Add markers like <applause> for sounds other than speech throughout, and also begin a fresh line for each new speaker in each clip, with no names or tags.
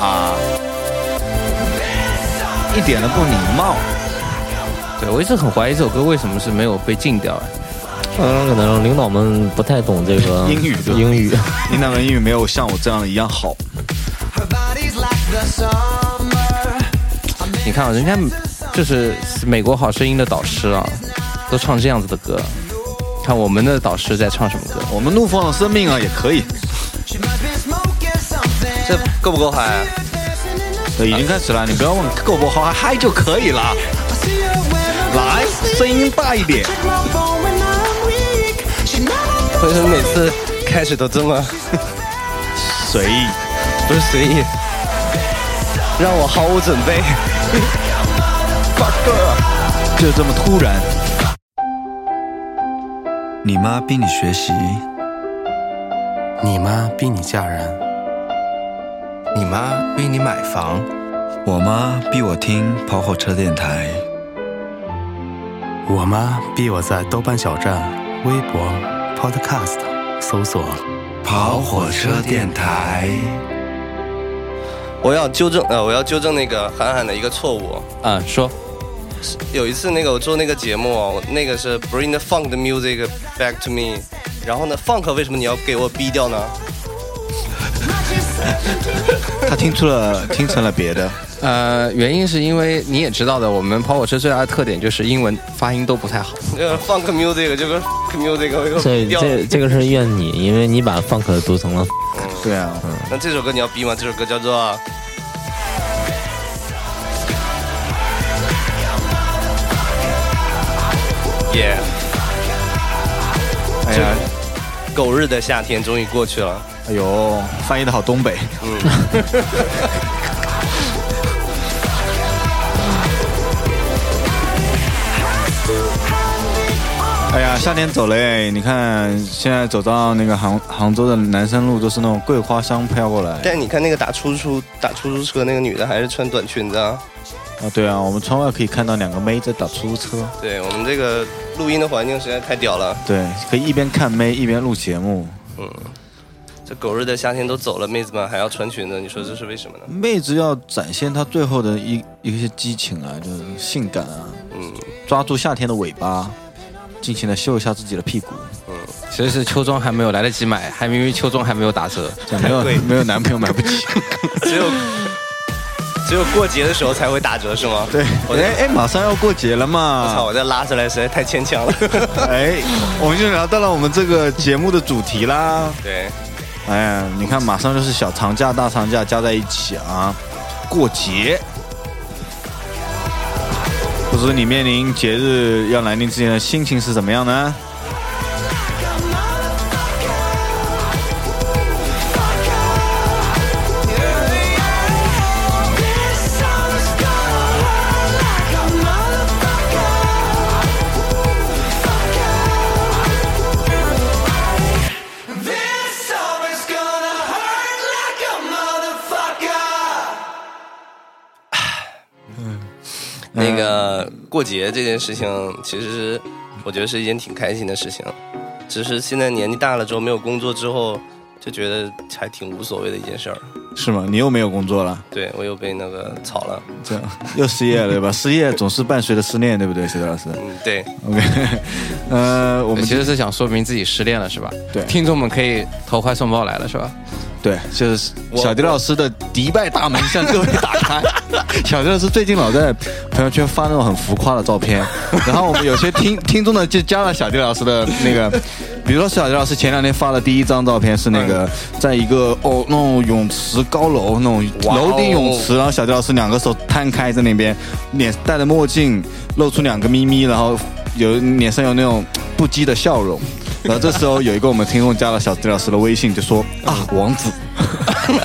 啊点的不礼貌。对我一直很怀疑这首歌为什么是没有被禁掉。啊
嗯，可能领导们不太懂这个
英语对吧
英语。
你那门英语没有像我这样的一样好。
Her body's like the summer.
<laughs> 你看啊，人家就是美国好声音的导师啊，都唱这样子的歌。看我们的导师在唱什么歌？
我们怒放的生命啊，也可以，
She must be smoking something.
这够不够
啊
Dancing
嗨？
in the-
呃对，已经开始了，你不要问够不够嗨，嗨就可以了。
I see her when I'm
来，声音大一点。
Check my phone when I'm weak. She never
所以说每次开始都这么
随意，
不是随意，让我毫无准 <laughs> 备。
就这么突然。
你妈逼你学习，
你妈逼你嫁人，你妈逼你买房，
我妈逼我听跑火车电台，
我妈逼我在豆瓣小站、微博、Podcast 搜索。
跑火车电台。
我要纠正呃，我要纠正那个韩寒的一个错误。
啊，说
有一次那个我做那个节目，我那个是 Bring the Funk 的 music back to me，然后呢，Funk 为什么你要给我逼掉呢？
他听出了，听成了别的。
呃，原因是因为你也知道的，我们跑火车最大的特点就是英文发音都不太好。
这个 Funk music 这个 Funk music 我给我
这
逼掉了。
这这个是怨你，因为你把 funk 读成了
对啊，
嗯
那这首歌你要逼吗？这首歌叫做《耶
哎呀，》，
狗日的夏天终于过去了。
哎呦，翻译的好东北。哎呀，夏天走了哎！你看，现在走到那个杭杭州的南山路，都是那种桂花香飘过来。
但你看那个打出租打出租车那个女的，还是穿短裙子啊。
啊，对啊，我们窗外可以看到两个妹在打出租车。
对我们这个录音的环境实在太屌了。
对，可以一边看妹一边录节目。
这狗日的夏天都走了，妹子们还要穿裙子，你说这是为
<laughs>
什么呢？
妹子要展现她最后的一一些激情啊，就是性感啊，
嗯，
抓住夏天的尾巴，尽情的秀一下自己的屁股。
其实是秋装还没有来得及买，还因为秋装还没有打折。
这样没有
太贵
<laughs> 没有男朋友买不
<laughs>
起。
只有只有过节的时候才会打折是吗？
<laughs> 对，
我在
哎哎，马上要过节了
我操，
嘛。
我这拉出来实在太牵强了。
<laughs> 哎，我们就聊到了我们这个节目的主题啦。
对，
哎呀，你看，马上就是小长假、大长假加在一起啊，过节。不知你面临节日要来临之前的心情是怎么样呢？
This summer's gonna run like a motherfucker. Fucker. This summer's gonna hurt like a motherfucker.
嗯
那个过节这件事情，其实我觉得是一件挺开心的事情，只是现在年纪大了之后，没有工作之后，就觉得还挺无所谓的一件事儿。
是吗？你又没有工作了，
对我又被那个炒了，
这样又失业了，对
<laughs>
吧？失业总是伴随着失恋，对不对，石头老师
嗯，对，
？OK，呃，我
我
们
哎
其实是想说明自己失恋了，是吧？
对
听众们可以投怀送抱来了，是吧？
对，就是
我
小迪老师的迪拜大门向各位打
<laughs>
开。小迪老师最近老在朋友圈发那种很浮夸的照片，然后我们有些听 <laughs> 听众呢就加了小迪老师的那个，比如说小迪老师前两天发的第一张照片是那
嗯
个在一个哦那种泳池高楼那种
哇哦
楼顶泳池，然后小迪老师两个手摊开在那边，脸戴着墨镜，露出两个咪咪，然后有嗯脸上有那种不羁的笑容。然后这时候有一个我们听众加了小迪老师的微信，就说啊王子， <laughs>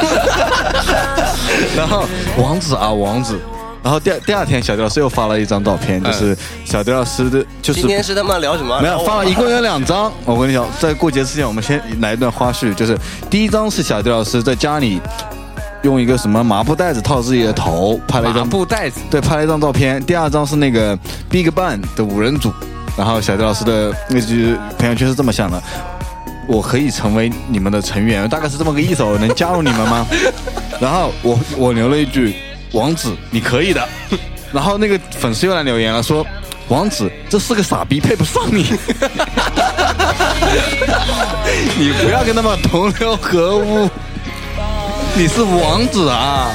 然后王子啊王子，然后第二第二天小迪老师又发了一张照片，就是小迪老师的就是
嗯今天是他妈聊什么？
没有发了，一共有两张。我跟你讲，在过节之前，我们先来一段花絮，就是第一张是小迪老师在家里用一个什么麻布袋子套自己的头，拍了一
麻
张
布袋子，
对，拍了一张照片。第二张是那个 Big Bang 的五人组，然后小迪老师的那句朋友圈是这么想的：我可以成为你们的成员，大概是这么个意思。哦我能 <laughs> 加入你们吗？然后我我留了一句：王子，你可以的。然后那个粉丝又来留言了，说王子这是个傻逼，配不上你， <laughs> 你不要跟他们同流合污，你是王子啊！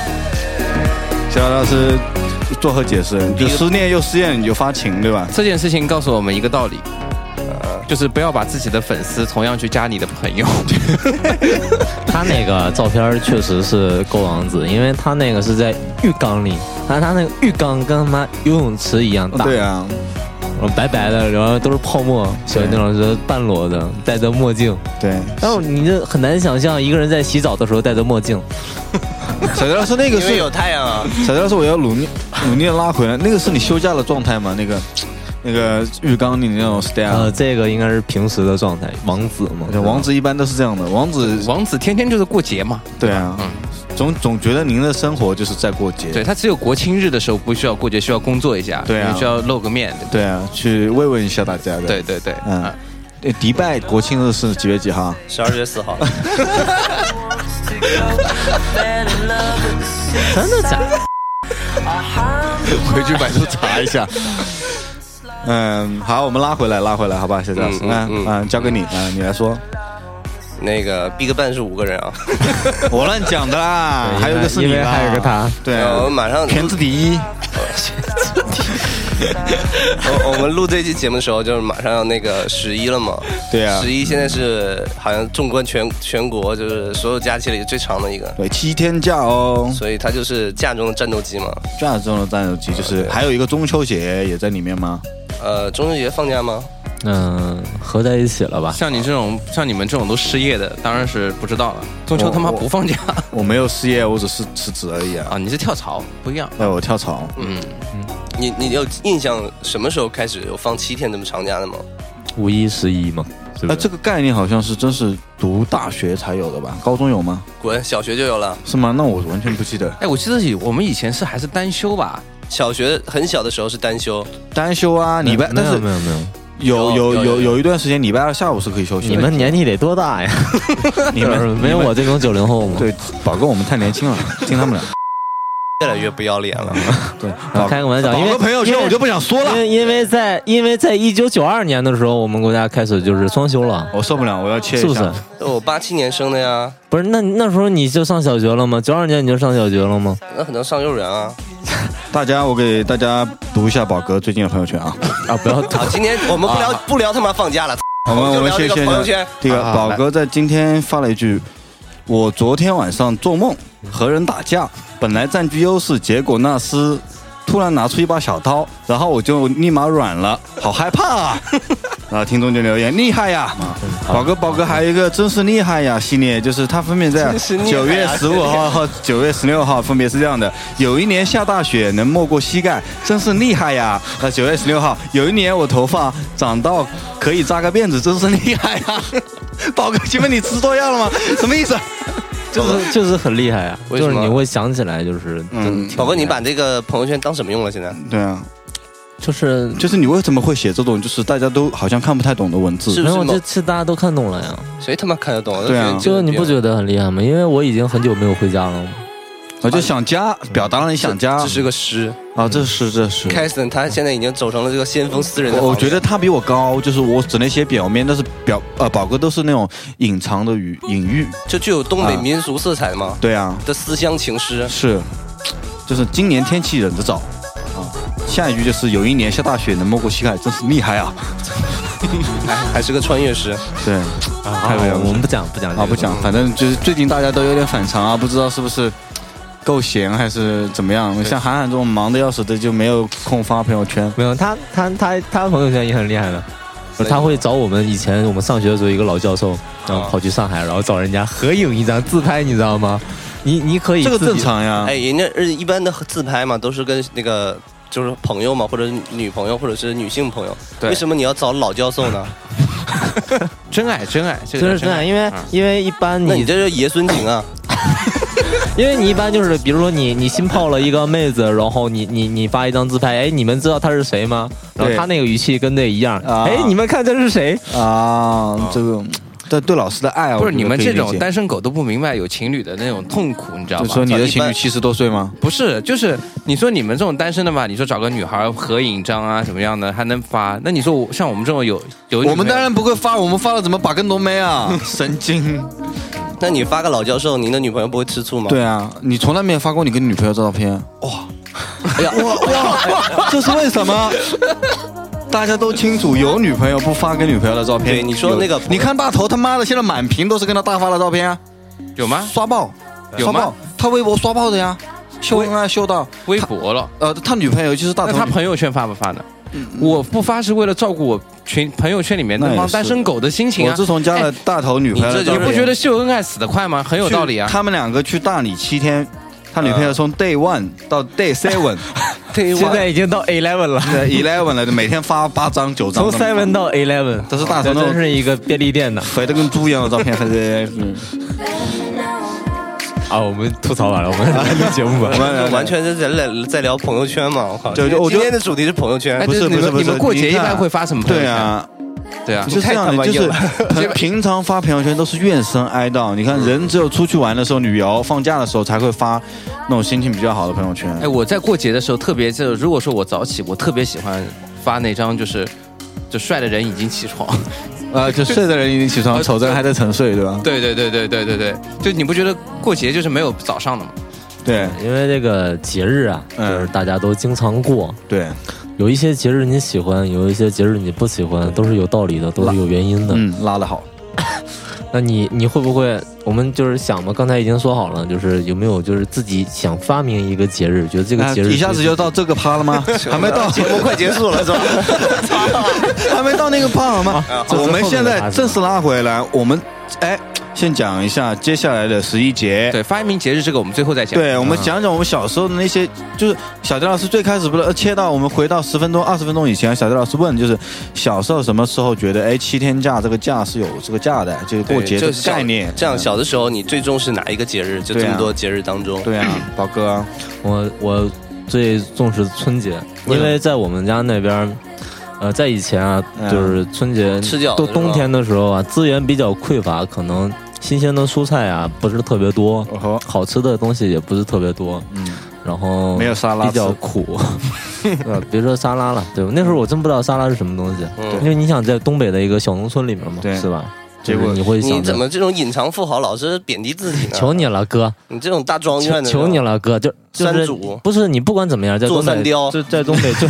小姚老师做何解释？你就思念又思念，你就发情，对吧？
这件事情告诉我们一个道理，
呃
就是不要把自己的粉丝同样去加你的
<laughs>
朋友。
他那个照片儿确实是够王子，因为他那个是在浴缸里，但他那个浴缸跟他妈游泳池一样大，
对啊，
白白的，然后都是泡沫，小那老师半裸的，戴着墨镜，
对。
然后你就很难想象一个人在洗澡的时候戴着墨镜，
小姚老师那个
因为
是
有太阳啊，
小教授，我要努力努力地拉回来。那个是你休假的状态吗？那个那个浴缸里那种 style，
呃，这个应该是平时的状态，王子嘛，
王子一般都是这样的。王子，
王子天天就是过节嘛，
对啊，总总觉得您的生活就是在过节。
对他只有国庆日的时候不需要过节，需要工作一下，
对啊
需要露个面，
对啊，去慰问一下大家的。
对，对对，
嗯
啊，
诶迪拜国庆日是几月几号？
十二月四号，
真的假的？
<laughs> 回去百度查一下。 <laughs> 嗯，好，我们拉回来，拉回来，好吧，小教授，
嗯嗯
嗯嗯，交给你，嗯，你来说，
那个 BigBang 是五个人啊，
我乱讲的啦，还有一个是
因
你
为
啦，
还有个他，
对
然
啊，
后马上
全字第一，
我我们录这期节目的时候，就是马上要那个十一了嘛。
对啊
十一现在是好像纵观全全国，就是所有假期里最长的一个，
对，七天假哦，
所以它就是假中的战斗机嘛。
这样中的战斗机就是还有一个中秋节也在里面吗？
呃，中秋节放假吗？
嗯，合在一起了吧？
像你这种像你们这种都失业的，当然是不知道了。中秋
我
他妈
我
不放假 <laughs>
我没有失业，我只是辞职而已啊。
啊！你是跳槽不一样，
哎，我跳槽，
嗯你你有印象什么时候开始有放七天这么长假的吗？
五一、十一嘛，是
那
不
哎这
是？
个概念好像是真是读大学才有的吧？高中有吗？
滚，小学就有了。
是吗？那我完全不记得。
哎，我记得以我们以前是还是单休吧，
小学很小的时候是单休，
单休啊，礼拜，
没
但
有
是
没有没有，
有
有
有
有
有
有
有一段时间礼拜二下午是可以休息的。
你们年纪得多大呀？
你们
<laughs> 没有我这种九零后嘛？
对宝哥，我们太年轻了， <laughs> 听他们
越来越不要脸
<laughs>
了。
俩。对，
我
宝
啊开个玩笑，因
宝
为
哥朋友圈
因为
我就不想说
因
了，
为因为在因为在一九九二年的时候，我们国家开始就是双休了，
我受不了，我要切一
是
下。
不是？
我八七年生的呀，
不是，那那时候你就上小学了吗？九二年你就上小学了吗？
那可能上幼儿园啊。
大家，我给大家读一下宝哥最近的朋友圈啊。
啊，不要
好，今天我们不聊不聊他妈放假了，
我们我
就
们
聊
先
这个
先
朋友圈。
这个
啊
宝哥在今天发了一句：“我昨天晚上做梦和人打架，本来占据优势，结果那厮突然拿出一把小刀，然后我就立马软
<laughs>
了，好害怕啊！”然后听众就留言：“厉害呀，
啊
宝哥宝哥！”还有一个“真是厉害呀”系列，就是他分别在
是厉害呀啊
九月十五
<laughs>
号和九月十六号分别是这样的：有一年下大雪能没过膝盖，真是厉害呀！呃，九月十六号，有一年我头发长到可以扎个辫子，真是厉害
<laughs>
呀！宝哥，请问你吃错药了吗？什么意思？
就是就是很厉害啊，
为
就
什
是
么
你会想起来，就是
嗯，
宝哥，你把这个朋友圈当什么用了？现在
对啊，
就是
就是你为什么会写这种就是大家都好像看不太懂的文字
是？
没有
某
这次大家都看懂了呀，
谁他妈看得懂？我都
对啊
觉得
就是
个
你不
病
觉得很厉害吗？因为我已经很久没有回家了，
我啊就想家，表达了你想家
这是个诗。
啊，这是这是。
凯森他现在已经走成了这个先锋诗人的
我我
行列
觉得他比我高，就是我只能写表面，但是表呃宝哥都是那种隐藏的语隐喻。
就具有东北
啊
民俗色彩嘛
对啊，
的思乡情诗。
是，就是今年天气冷得早啊。下一句就是有一年下大雪能没过膝盖，真是厉害
<laughs>
啊！
还还是个穿越诗，
对，太有意思了
啊我们不讲不讲
啊不讲，反正就是最近大家都有点反常啊，不知道是不是够闲还是怎么样。像韩寒这种忙的要死的就没有空发朋友圈。
没有他他他他朋友圈也很厉害的。
所以
他会找我们以前我们上学的时候一个老教授，然后
啊
跑去上海，然后找人家合影一张自拍，你知道吗？你你可以
这个
自
正
己
常呀，
哎，人家而且一般的自拍嘛，都是跟那个就是朋友嘛，或者女朋友，或者是女性朋友。
对
为什么你要找老教
<laughs>
授呢？
真爱真爱，这
就
个
是
叫
这样，因为
嗯
因为一般
那你
你，
这是爷孙情啊！
因为你一般就是，比如说你你新泡了一个妹子，然后你你你发一张自拍，哎，你们知道她是谁吗？然后
对
她那个语气跟这一样，
啊
哎，你们看这是谁？
啊，这个对对老师的爱啊，
不
我觉得
是你们
可以
这
理
种
解
单身狗都不明白有情侣的那种痛苦，你知道
就
吗？
说你的情
一
侣
般
七十多岁吗？
不是，就是你说你们这种单身的嘛，你说找个女孩合影照啊，怎么样的还能发？那你说我像我们这种有有
我们当
然
然不会发，我们发了怎么把更多妹啊？ <laughs> 神经！
那你发个老教授，您的女朋友不会吃醋吗？
对啊，你从来没有发过你跟女朋友的照片，哇！哇哇！哎这是为什么？大家都清楚，有女朋友不发跟女朋友的照片。
对你说
有
那个
你看大头他妈的现在满屏都是跟他大发的照片啊，
有吗？
刷爆，
有
刷
吗
爆，他微博刷爆的呀，秀恩爱秀到，
微博了，
呃，他女朋友就是大
那
头，
他朋友圈发不发呢？我不发是为了照顾我群朋友圈里面那
那也
帮
是
单身狗的心情
我
啊。
自从加了大头女朋友的
你
照
你
这
片，
就
不觉得秀恩爱死得快吗？很有道理啊
啊去。他们两个去大理七天，他女朋友从 day one 到 day seven，
对
现在已经到 eleven <laughs> 了，
对 eleven 了，每天发八张九张
从
那么发。
seven 到 eleven，
这是大头
这
那种
真是一哦个便利店的
肥的跟猪一样的照片，肥的。嗯
<laughs> 啊！我们吐槽完了，我们来录节目吧。
完
完全是在聊在聊朋友圈嘛，我靠！
对就我觉
今
得
天的主题是朋友圈
哎，
不是
对你
不是
们
不是
你们过节
你
一
看
般会发什么朋友
对
圈？
啊，
对啊，
就是这样的，就是 <laughs> 很平常发朋友圈都是怨声哀悼。你看，人只有出去玩的时候、旅游、放假的时候才会发那种心情比较好的朋友圈。
哎，我在过节的时候特别，就如果说我早起，我特别喜欢发那张就是。就帅的人已经起
<laughs>
床，
呃，就睡的人已经起床，
呃
丑的人还在沉睡，对吧？
对对对对对对对，就你不觉得过节就是没有早上的吗？
对
因为这个节日啊，就
嗯
是大家都经常过，
对，
有一些节日你喜欢，有一些节日你不喜欢，都是有道理的，都是有原因的。
嗯，拉的好。
那你你会不会？我们就是想嘛，刚才已经说好了，就是有没有就是自己想发明一个节日，觉得这个
啊
节日、啊
一下子就到这个趴了
<laughs>
吗？还没到，
节目快结束了是吧？
还没到那个趴好吗？
啊这是
我们
后面
现
的
在
趴是
正
吧
式拉回来，我们哎，先讲一下接下来的十一节。
对，发明节日这个我们最后再
哎
讲。嗯
对，我们
嗯
讲讲我们小时候的那些，就是小迪老师最开始不是呃切到我们回到十分钟、二十分钟以前，小迪老师问就是小时候什么时候觉得哎七天假这个假是有这个假的，就是过节这
就
个
小
概念。嗯
这样，小的时候你最重视哪一个节日？就这
对
么
啊
多节日当中，
对啊，
嗯
宝哥，
我我最重视春节，
为什
因
么
为在我们家那边儿，呃，在以前啊，
嗯
就是春节
吃饺子
都
是吧
冬天的时候啊，资源比较匮乏，可能新鲜的蔬菜啊不是特别多，
哦吼，
好吃的东西也不是特别多，
嗯，
然后
没有沙拉
比较
吃， <laughs>
苦，呃，别说沙拉了，对吧？那时候我真不知道沙拉是什么东西，
嗯
因为你想在东北的一个小农村里面嘛，
对
是吧？
结果
就是你会
你
想着
怎么这种隐藏富豪老是贬低自己呢？
求你了，哥，
你这种大庄
求
院的，
求你了，哥，就就
山
是
主
不是你不管怎么样，在
做
东北
三雕
就在东北
<laughs>
就。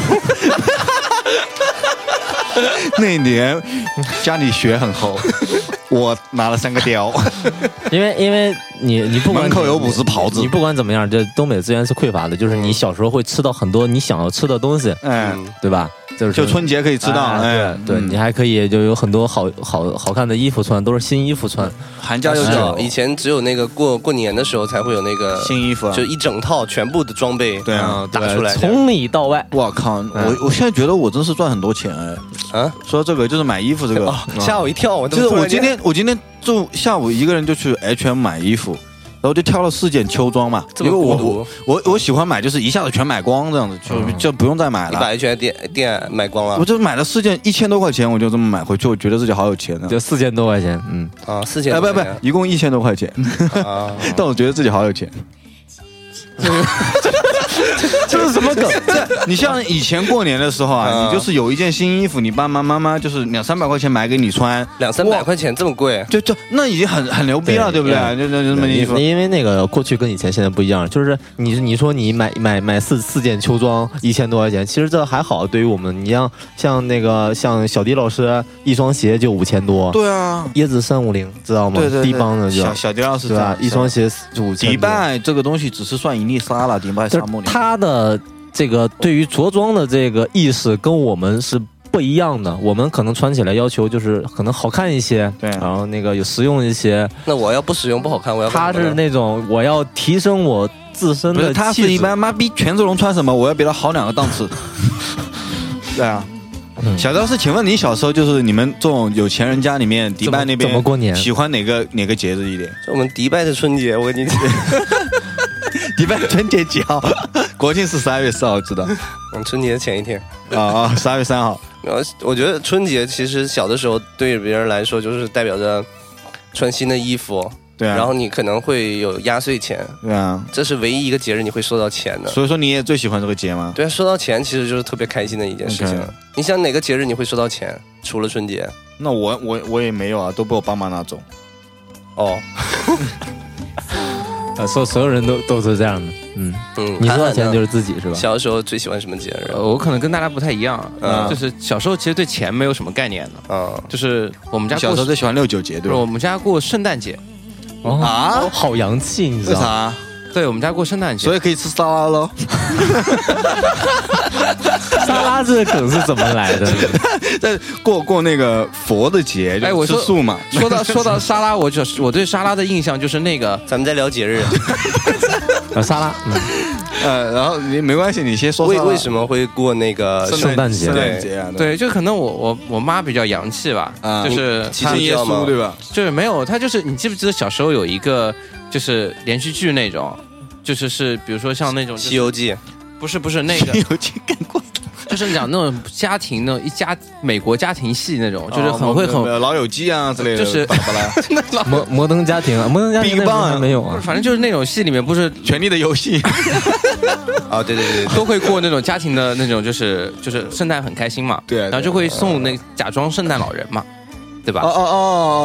那年家里雪很厚，
<laughs>
我拿了三个貂，
因为因为你你不管
门口有五只狍子
你不管怎么样，这东北资源是匮乏的，就是你小时候会吃到很多你想要吃的东西，
嗯，
嗯，
对吧？就是
就春节可以知道，哎
哎，对、对
嗯
你还可以就有很多好好好看的衣服穿，都是新衣服穿，
寒假又
是
到
的，以前只有那个过过年的时候才会有那个，
啊新衣服啊
就，一整套全部的装备，嗯
对啊
打出来的
从里到外。
我靠，我我现在觉得我真是赚很多钱哎。
啊，
说到这个就是买衣服这个
哦，吓我一跳，我
就是我今天我今天中午下午一个人就去 H&M 买衣服，然后就挑了四件秋装嘛，
这
因
么
为我
孤独
我我我喜欢买就是一下子全买光这样子，就就不用再买
你把
了。
H I 店店买光
我
了
就买了四件，一千多块钱，我就这么买回去，我觉得自己好有钱啊！
就四千多块钱，嗯，
啊，四千
哎，不
多
不
块钱，
一共一千多块钱，
啊，
<laughs> 但我觉得自己好有
<laughs>
钱。这是什么梗？这你像以前过年的时候啊，
嗯
你就是有一件新衣服，你爸爸妈妈就是两三百块钱买给你穿，
两三百块钱这么贵，
就就那已经很很牛逼了，对
对
不对？
对
就就就这么衣服，
因为那个过去跟以前现在不一样，就是你你说你买买买四四件秋装一千多块钱，其实这还好，对于我们，你像像那个像小迪老师一双鞋就五千多，
对啊，
椰子三五零，知道吗？
对对对，
低帮的就
小小迪奥是
对吧？一双鞋四五千。
迪，拜这个东西只是算一粒沙了，迪拜
就
沙
是
漠里
他的这个对于着装的这个意识跟我们是不一样的，我们可能穿起来要求就是可能好看一些，
对
然后那个有实用一些。
那我要不使用不好看，我要
他
干什么
是
呢
那种我要提升我自身
不是
的气质，
他是一般妈逼权志龙穿什么，我要比他好两个档次。对啊，小迪奥斯，请问你小时候就是你们这种有钱人家里面，迪拜那边
怎么过年
喜欢哪个哪个节日一点？
就我们迪拜的春节，我
<laughs>
跟你讲，
迪拜春节几号？ <laughs> 国庆是十二月四号，知道
嗯春节前一天。
啊啊，十二月三号。
然后我觉得春节其实小的时候对别人来说就是代表着穿新的衣服，
对啊，
然后你可能会有压岁钱，
对啊，
这是唯一一个节日你会收到钱的。
所以说你也最喜欢这个节吗？
对啊，收到钱其实就是特别开心的一件事情
OK。
你想哪个节日你会收到钱？除了春节
那我我我也没有啊，都被我爸妈拿走。
哦，
呃，所所有人都都是这样的。嗯，
嗯，
你收到
安安
钱
呢
就是自己是吧？哦
小时候最喜欢什么节日
呃，？我可能跟大家不太一样，呃
嗯
就是小时候其实对钱没有什么概念的，
嗯，
就是我们家
你小
过
时候最喜欢六九节
不
对
是我
吧？
们家过圣诞节，
哦
啊
好洋气，你知
为
道吗？
啥？
对我们家过圣诞节，
啊所以可以吃沙拉 <laughs> 喽。
沙拉这个梗是怎么来 <laughs> 的？
但过过那个佛的节，
哎
就
我
吃
说
素嘛。
说到说到沙拉，我就是我对沙拉的印象就是那个
咱们在聊节日，
呃，沙拉，嗯
<laughs> 呃，然后你没关系，你先 <laughs> 说
为
沙拉
为什么会过那个
圣诞节
圣诞节啊，
对，就可能我我我妈比较洋气吧，
啊
就是
其
信
她
实
耶
你知道
稣
吗
对吧？
就是没有她就是你记不记得小时候有一个就是连续剧那种，就是是比如说像那种
《
就是
西游记》？
不是不是那
<laughs>
个
有情感过，
就是讲那种家庭那种一家美国家庭戏那种，就是很会
哦
很。
老友记啊之类的，
就是
巴拉巴拉
那老
摩摩登家庭，摩登家庭
Big
那时候
Bang
还没有啊。
反正就是那种戏里面不是
权力的游戏，
哦，对对对
<laughs>
对，
都会过那种家庭的那种，就是就是圣诞很开心嘛，
对啊
然后就会送那假装圣诞老人嘛，对吧？
哦哦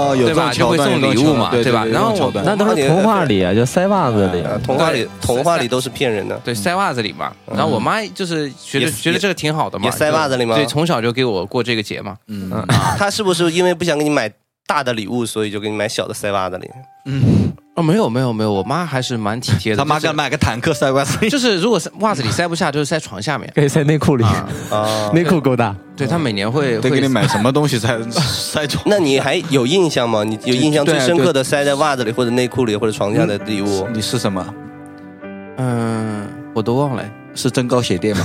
哦，有
对
这种
吧？就会
桥段
送礼物嘛，
有这种桥段对
吧？然后
有这种桥
我
段
那都是童话里啊，就塞袜子里啊。
呃童话里童话里都是骗人的。
对塞袜子里嘛，然后我妈就是觉得
也
觉得这个挺好的嘛，
也塞袜子里吗
对，从小就给我过这个节嘛，
嗯，
他是不是因为不想给你买大的礼物，所以就给你买小的塞袜子里？
哦，没有没有没有，我妈还是蛮体贴的，
他妈
就
给
是
买个坦克塞瓜子，
<laughs> 就是如果是袜子里塞不下，就是塞床下面。
可以塞内裤里，
啊，
啊，
内裤够大。
对她每
<laughs>
年会
得
会
给你买什么东西塞塞住？
那你还有印象吗？你有印象最深刻的塞在袜子里或者内裤里或者床下的礼物？
<laughs> 你是什么？
嗯，我都忘了。
是增高鞋垫吗？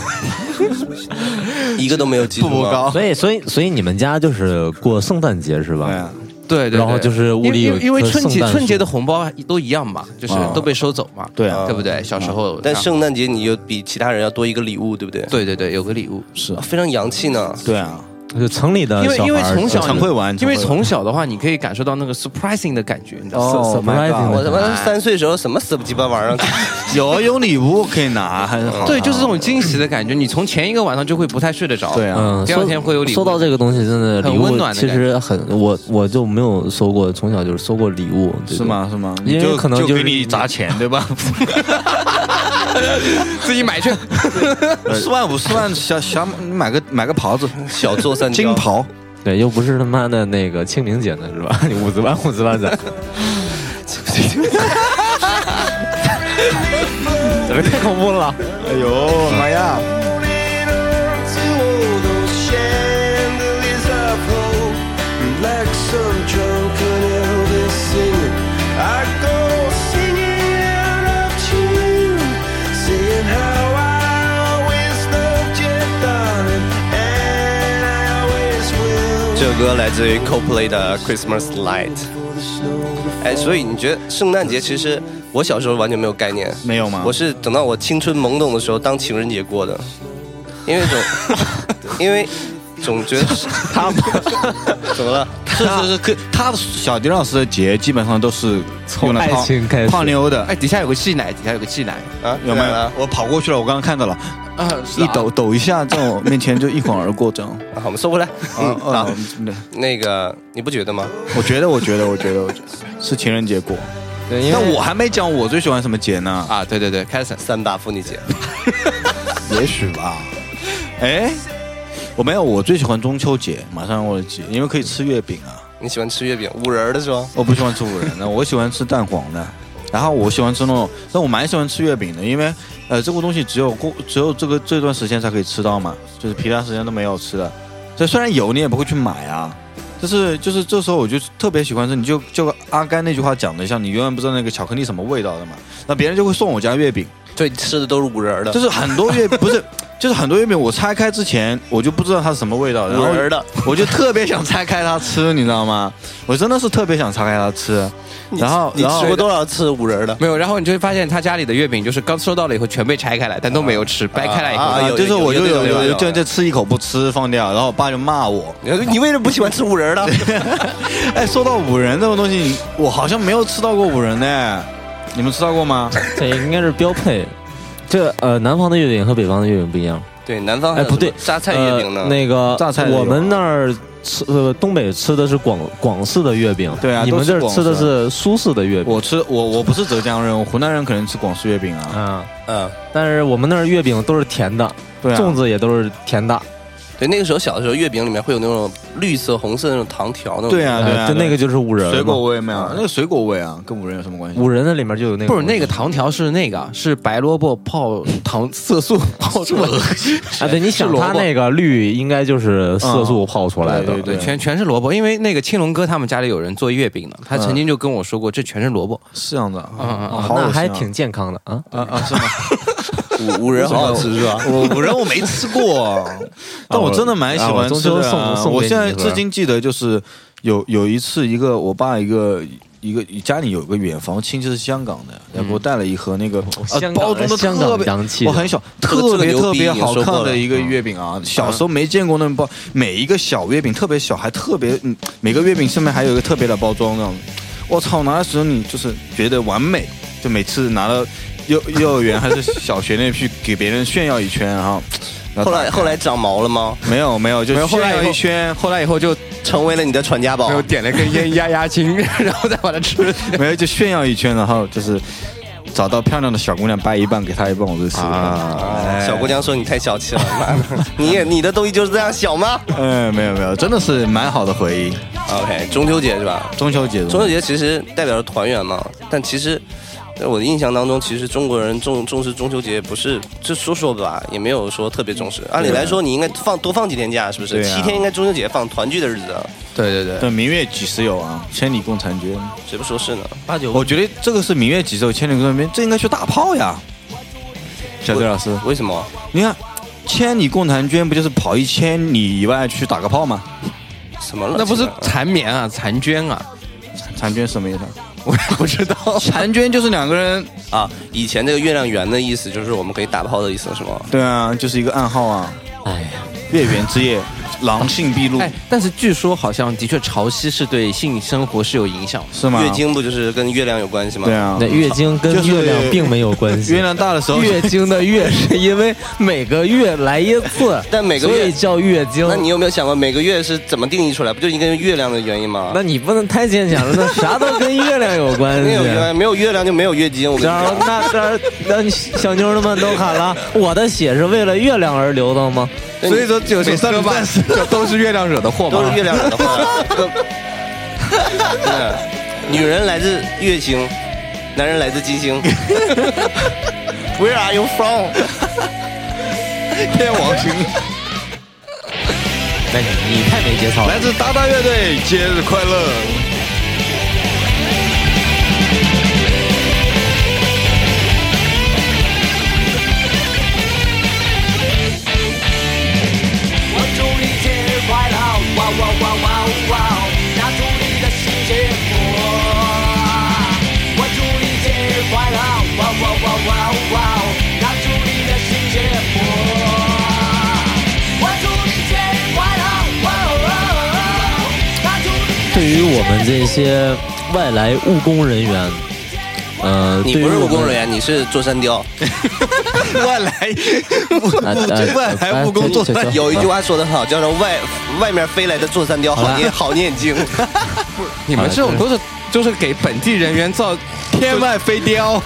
一个都没有记住
步
吗。
步高，
所以，所以，所以你们家就是过圣诞节是
对
吧？
啊，
对对对，
然后就是屋里
因
有
为因为因为
棵
春节
圣诞树
春节的红包都一样嘛，就是
啊
都被收走嘛，
对啊
对不对？小时候，
但圣诞节你就比其他人要多一个礼物，对不对？
对对对，有个礼物，嗯
是
啊，，非常洋气呢。
对啊，
就城里的
因为
小孩儿
因为从小
是
常会玩，
因为
常会玩
从小的话，你可以感受到那个 surprising 的感觉，你知道吗？哎
Oh
Oh my
surprising
God
哦我他妈三岁时候什么死不鸡巴玩意儿？
有有礼物可以拿，还
哦
是好
对，就是这种惊喜的感觉，你从前一个晚上就会不太睡得着，
对啊
嗯，
第二
说
天会有礼物
说到这个东西，真的
很
礼物
温暖的
其
感觉
实很，我我就没有收过，从小就是收过礼物，对
是？吗？是吗？
因为
你就
可能
就
就是
给你砸钱，对吧？
自己买去。
四万五十万，小小你买个买个袍子，
呃 <laughs> 小做三
金
角， <laughs>
袍。
对，又不是他妈的那个清明节呢，是吧？你 <laughs> 五十万，五十万的，这个太恐怖了。
哎呦妈呀！
这首歌来自于 Coldplay 的 Christmas Light。哎，所以你觉得圣诞节其实我小时候完全没有概念，
没有吗？
我是等到我青春懵懂的时候当情人节过的，因为
<laughs>
总因为总觉得他怎么了？
是是是，可他小迪老师的节基本上都是
从
用来
爱
泡
情开始
泡妞的，
哎，底下有个气奶，底下有个气奶
啊，
有没
来
有
了？？
我跑过去了，我刚刚看到了，
啊，
一抖抖一下，在我面前就一晃而过，这样。
啊好，我们收回来。 <laughs> 嗯
嗯啊
啊，，那个你不觉得吗？
我觉得，我觉得，我觉得，我觉得是情人节过。
对，因
那
为
我还没讲我最喜欢什么节呢？
啊，对对对，开始
三八妇女节，
也许吧。哎，我没有，我最喜欢中秋节，马上我的节，因为可以吃月饼啊。
你喜欢吃月饼五仁儿的是吧？
我不喜欢吃五仁的，我喜欢吃蛋黄的。然后我喜欢吃那种，但我蛮喜欢吃月饼的，因为呃，这个东西只有过只有这个这段时间才可以吃到嘛，就是其他时间都没有吃的。所以虽然有，你也不会去买啊。就是就是这时候我就特别喜欢吃，你就就阿甘那句话讲的像，你永远不知道那个巧克力什么味道的嘛。那别人就会送我家月饼，
对，吃的都是五仁儿的，
就是很多月不是，就是很多月饼，我拆开之前我就不知道它是什么
<laughs>
味道，然
五
后
仁儿的。
我就特别想拆开它吃，你知道吗？我真的是特别想拆开它吃，然后
你
然后
吃过多少次五仁儿的？
没有，然后你就会发现他家里的月饼就是刚收到了以后全被拆开来，但都没有吃，掰开来以
啊
后，
啊，
有
就是
有
我
有
就
有
有
有有
有就就吃一口不吃放掉，然后我爸就骂我。
你说你为什么不喜欢吃五仁儿的？
哎，说到五仁这种东西，我好像没有吃到过五仁呢，你们吃到过吗？
这应该是标配。这呃，南方的月饼和北方的月饼不一样。
对，南方还
哎
有
不对
什么榨菜月饼呢？
呃那个
榨菜的
我
有
们那儿吃呃东北吃的是广广式的月饼，
对啊
你
都
们
是
这儿
广
吃的
式
是苏式的月饼。
我吃我我不是浙江人，我湖南人可能吃广式月饼啊。
啊，
嗯，
但是我们那儿月饼都是甜的，
对啊，
粽子也都是甜的，
对，那个时候小的时候，月饼里面会有那种绿色、红色的那种糖条那种。
对啊对
呃
啊，
就那个就是五仁嘛
水果味没有，那个水果味啊，跟五仁有什么关系？
五仁的里面就有那个
不是
东西
那个糖条是那个是白萝卜泡糖色素 <laughs> 泡出来的，
啊，对，你想
萝
它
卜
那个绿应该就是色素泡出来的，
对对
全全是萝卜，因为那个青龙哥他们家里有人做月饼的，他曾经就跟我说过，这全是萝卜。
是这样的啊，
啊
好恶心
那
啊
还挺健康的啊。
啊啊是吗？
嗯 <laughs> 五五仁好好吃是吧？
<laughs> 我五仁我没吃
<laughs>
过，但我真的蛮喜欢吃的
啊我中秋
啊。
送送给你
我现在
一盒
至今记得，就是有有一次，一个我爸一个一个家里有个远房亲戚是香港的，然后
嗯
给我带了一盒那个呃
哦香港
包装的
香港
特别
洋气的
我很小，
这个
特别
这个牛
特
逼
别好
你说
看
过
的
了
嗯
一个月饼啊。小时候没见过那么包，每一个小月饼特别小，还特别嗯每个月饼上面还有一个特别的包装这样子。我操！拿的时候你就是觉得完美，就每次拿到
<laughs>
幼幼儿园还是小学那去给别人炫耀一圈，然
<laughs>
后，然
后
后
来后来长毛了吗？
<laughs> 没有没有，就
没有后来
炫耀
以后
一圈， <laughs>
后来以后就
成为了你的传家宝
没？有点了根烟压压惊， <laughs> 然后再把它吃了。
没有就炫耀一圈，然后就是找到漂亮的小姑娘掰一半给她一半，我就吃。
啊
哎
小姑，娘说你太小气了，妈的，你也你的东西就是这样小吗
<laughs> 嗯，没有没有，真的是蛮好的回忆。
？OK，中秋节是吧？
中秋节，
中秋节其实代表着团圆嘛，但其实在我的印象当中，其实中国人重重视中秋节不是，就说说吧，也没有说特别重视。按理来说，你应该放多放几天假，是不是？
啊对啊
七天应该中秋节放团聚的日子啊，
<laughs> 对对对，
对明月几时有啊？千里共婵娟。
谁不说是呢？
八九
我觉得这个是明月几时有，千里共婵娟，这应该去大炮呀。小队老师，
为什么？
你看，千里共婵娟不就是跑一千里以外去打个炮吗？
什么了？
那不是
这个
缠绵啊，婵娟啊，
婵娟什么意思啊？
我也不知道。
婵娟就是两个人，
啊？以前这个月亮圆的意思就是我们可以打炮的意思，是吗？
对啊，就是一个暗号啊。
哎呀，
月圆之夜，狼性毕露，
哎，但是据说好像的确潮汐是对性生活是有影响的。
是吗？
月经不就是跟月亮有关系吗？
对，啊
那，月经跟
就是
月亮并没有关
<laughs>
系
月。亮大的时候，
月
<laughs>
经的月是因为每个月来一次，
但每个月
所以叫月经。
那你有没有想过每个月是怎么定义出来？不就是一个月亮的原因吗？
那你不能太牵强了，那啥都跟月亮有关
没
系啊
有。月没有月亮就没有月经，我跟你
然后
讲。
那那那小妞儿们都喊了，我的血是为了月亮而流的吗？
所以
说九十三个半就都是月亮惹的祸
嗯都是月亮惹的 <laughs> 祸。跟真的，啊女人来自月星，男人来自金 <laughs> 星。Where are you from？
天王星，
那你太没节操了
<laughs> 来。自达达乐队，节日快乐！
我祝你节日快乐，哇哇哇哇哇！那祝你的心情福。我祝你节日快乐，哇哇哇哇哇！那祝你的心情福。我祝你节日快乐，哇哦！那祝你的
对于我们这些外来务工人员，呃，
你不是务工人员，你是做山雕。
外来，外来务工
作
作，哎
有一句话说得好，叫做“外外面飞来的座山雕，好念好念 <laughs> 经
你们这种都是就是给本地人员造天外飞镖，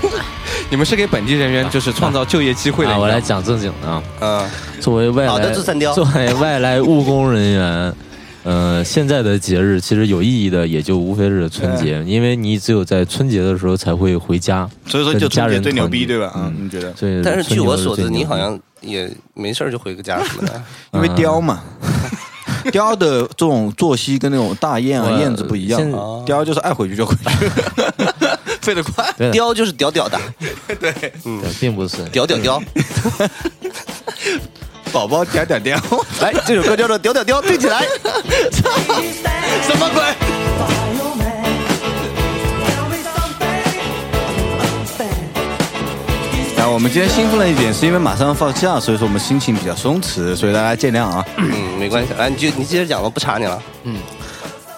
你们是给本地人员就是创造就业机会的。
啊，我来讲正经的啊。”。
嗯，
作为外
好
来
的自三雕
作为外来务工人员，呃，现在的节日其实有意义的也就无非是春节，因为你只有在春节的时候才会回家，
所以说就
跟家
春节
人
最牛
团
逼，
聚
对吧？嗯，你觉得？
所以
但是据
春节
我
是
所
最
知，
牛
你
逼
好像也没事儿就回个家什么的。
因为雕嘛，嗯雕的这种作息跟那种大雁啊、
我
燕子不一样
现
啊，雕就是爱回去就回去。
飞得快。
对
雕就是屌屌的，
对并不
嗯
是。
屌屌屌。
宝宝点点 <laughs> 点，
来，这首歌叫做《屌屌屌》，对起来。什么鬼？
然后我们今天兴奋了一点，是因为马上要放假，所以说我们心情比较松弛，所以大家见谅啊。
嗯，没关系，来，你就你接着讲吧，不查你了。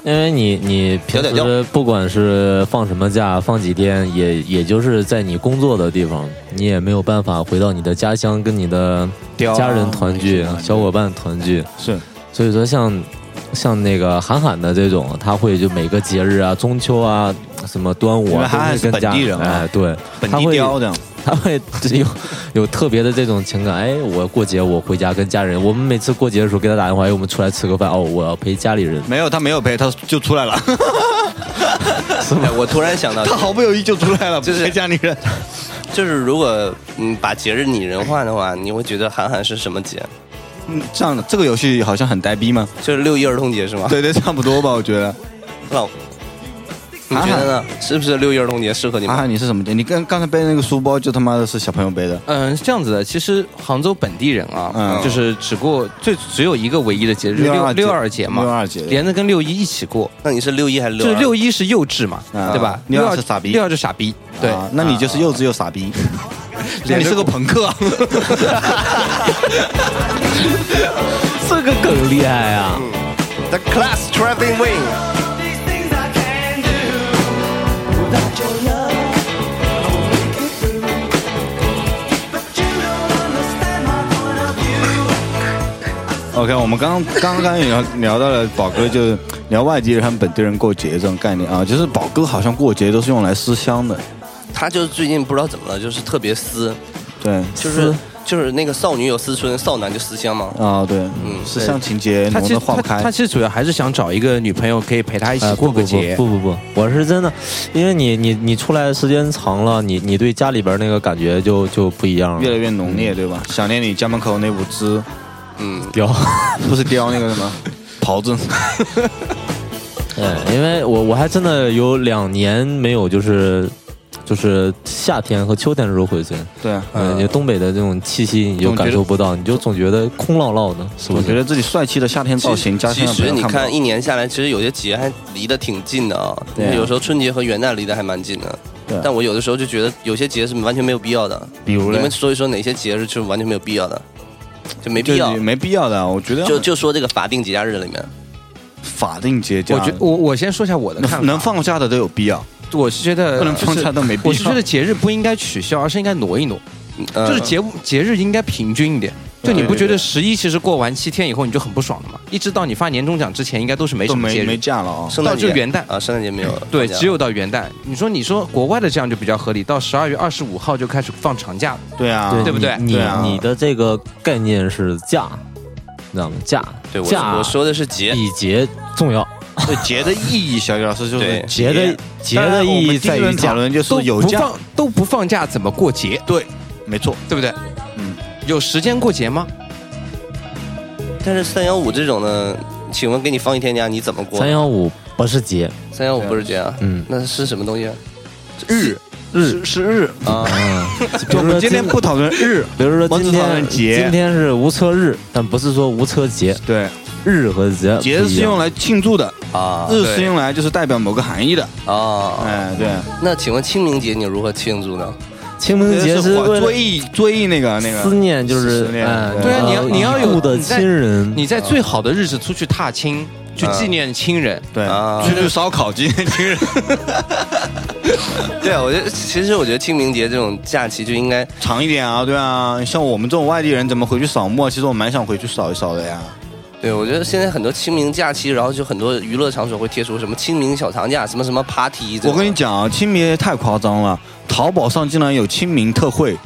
因为你你
有
平
点
时不管是放什么假，放几天，也也就是在你工作的地方，你也没有办法回到你的家乡跟你的
雕啊
家人团聚
是吧、
小伙伴团聚。
是，
所以说像像那个韩寒的这种，他会就每个节日啊，中秋啊，什么端午
因为
啊，
韩寒
都
是
跟家
本地人嘛
哎，对，
本
他
地
会
雕的，
他会就是有有特别的这种情感。哎，我过节我回家跟家人，我们每次过节的时候给他打电话，哎，我们出来吃个饭，哦，我要陪家里人。
没有他没有陪，他就出来了，
哎我突然想到，
<laughs> 他好不容易 <laughs> 就出来了，
就是
陪家里人。
就是如果嗯把节日拟人化的话，你会觉得韩寒是什么节？
嗯，这样的这个游戏好像很呆逼 <laughs> 吗？
就是六一儿童节是吗？
对对，差不多吧，我觉得。
老，你觉得呢？是不是六一儿童节适合你
涵啊
们？
涵，你是什么？你刚刚才背的那个书包就他妈的是小朋友背的，
嗯，是这样子的。其实杭州本地人啊，
嗯
就是只过最只有一个唯一的节日，
六
就六
二节
六二节嘛，
六二节
连着跟六一一起过。
那你是六一还是
就
六
是
二？
六一是幼稚嘛，
啊
对吧？
六二是傻逼
六二是傻逼，对。
啊那你就是幼稚又傻逼，那
连
你
着
是个朋克啊。
这个更厉害啊！
The Class Traveling Wing，
OK，我们刚刚刚也聊聊到了宝哥，就是聊外地人和本地人过节这种概念啊，就是宝哥好像过节都是用来思乡的，
他就最近不知道怎么了，就是特别撕，
对，
就是就是那个少女有思春，少男就思乡嘛。
啊对，思乡情节
他
浓
其
得
实
化
他
不开
他，其实主要还是想找一个女朋友，可以陪他一起
哎，
过
不不
个
不
节。
不不不，我是真的，因为你你你出来时间长了，你你对家里边那个感觉就就不一样
越来
了。
越浓烈，对吧？想念你家门口那五只，
嗯，
屌，
不是雕那个什 <laughs> 么狍子，
嗯对，因为我我还真的有两年没有就是就是夏天和秋天的时候回村，
对啊，
嗯，就东北的这种气息你就
总觉得
感受不到，你就总觉得空落落的，是不
我觉
是？
得自己帅气的夏天造型，加
其
上
实你
看
看一年下来，其实有些节还离得挺近的啊。
对啊
有时候春节和元旦离得还蛮近的
对啊。
但我有的时候就觉得有些节是完全没有必要的。
比如
你
嘞
们说一说哪些节日是完全没有必要的，就没必
就
要
是。没必要的啊，我觉得
就就说这个法定节假日里面，
法定节假
我，觉我我先说一下我的看法，
能能放假的都有必要，
我是觉得
不能放
就是
假都没必要
我是觉得节日不应该取消，而是应该挪一挪，
呃
就是节节日应该平均一点。就你
嗯
不
对
觉得十一其实过完七天以后你就很不爽了吗？一直到你发年终奖之前，应该都是没
都
什么节
没没
日。
假了啊，
嗯圣诞
到
节
就元旦
啊，圣诞节没有了，
对，
放假
只有到元旦。你说你说国外的这样就比较合理，到十二月二十五号就开始放长假了。
对啊，
对不对
你你
对啊
你的这个概念是价，你知道吗？价，
对我
价
我说的是节，
比节重要，
对节的意义，小雨老师就是
对
节的节
当然
的
我
意
们
义
第一
在于
轮
价
讨。论就是有
都不
价，
放都不放假怎么过节？
对，没错，
对不对？
嗯
嗯，有时间过节吗？
但是三幺五这种呢，请问给你放一天假你怎么过
三？幺五不是节，
三幺五不是节啊，
嗯
那是什么东西啊？
日日是日啊，
嗯，
<laughs>
比
就
如
我
说
们今天不讨论日，
比如说今
我只讨论
天
节
今天是无车日，但不是说无车节，
对，
日和节
节
不
是
一样
用来庆祝的，
啊
日是用来就是代表某个含义的，
啊，
哎，对，
那请问清明节你如何庆祝呢？
清明节是为了
追忆追忆那个那
思
个，
念，就是
思念
哎
对
啊你要你要有
已故的
你在
亲人，
嗯
你在最好的日子出去踏青，去纪念亲人。
对
啊，
去吃烧烤纪念亲人，
<laughs> 对啊，我觉得其实我觉得清明节这种假期就应该
长一点啊，对啊，像我们这种外地人怎么回去扫墓啊？其实我蛮想回去扫一扫的呀，
对，我觉得现在很多清明假期，然后就很多娱乐场所会贴出什么清明小长假，什么什么 party 这种。
我跟你讲啊，清明节太夸张了，淘宝上竟然有清明特 <laughs> 惠，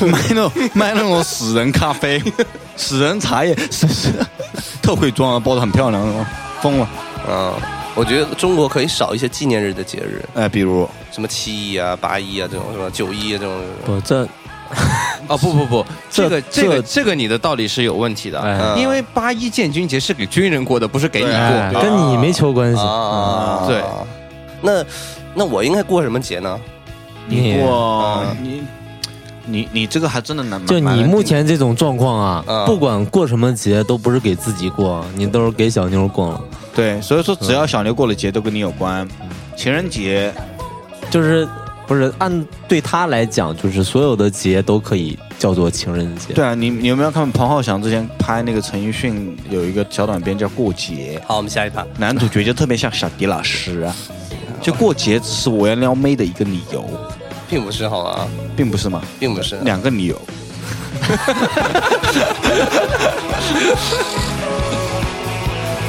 卖那种卖那种死人咖 <laughs> 啡、死人茶叶，是是特惠装啊，包的很漂亮，疯了。
嗯，我觉得中国可以少一些纪念日的节日，
哎，比如
什么七一啊、八一啊这种，是吧？九一啊这种。
不这
哦不不不，
这
这个这
这
个这个你的道理是有问题的，
哎
嗯
因为八一建军节是
哎
给军人过的，不是给你
对
过。
哎跟你没球关系，
啊，
对
那那我应该过什么节呢？
你啊
哇，你你你这个还真的难。
就
蛮
你目，前这种状况啊
嗯，
不管过什么节都不是给自己过，你都是给小妞过了。
蛮对，所以说只要小牛过的节都跟你有关，情人节
就是不是按对他来讲，就是所有的节都可以叫做情人节。
对啊，你你有没有看彭浩翔之前拍那个陈奕迅有一个小短片叫《过节
好，我们下一趴。》，
男主角就特别像小迪老师
<laughs>
啊，就过节只是我要撩妹的一个理由，
并不是好吧，
并不是吗？
并不是。
两个理由。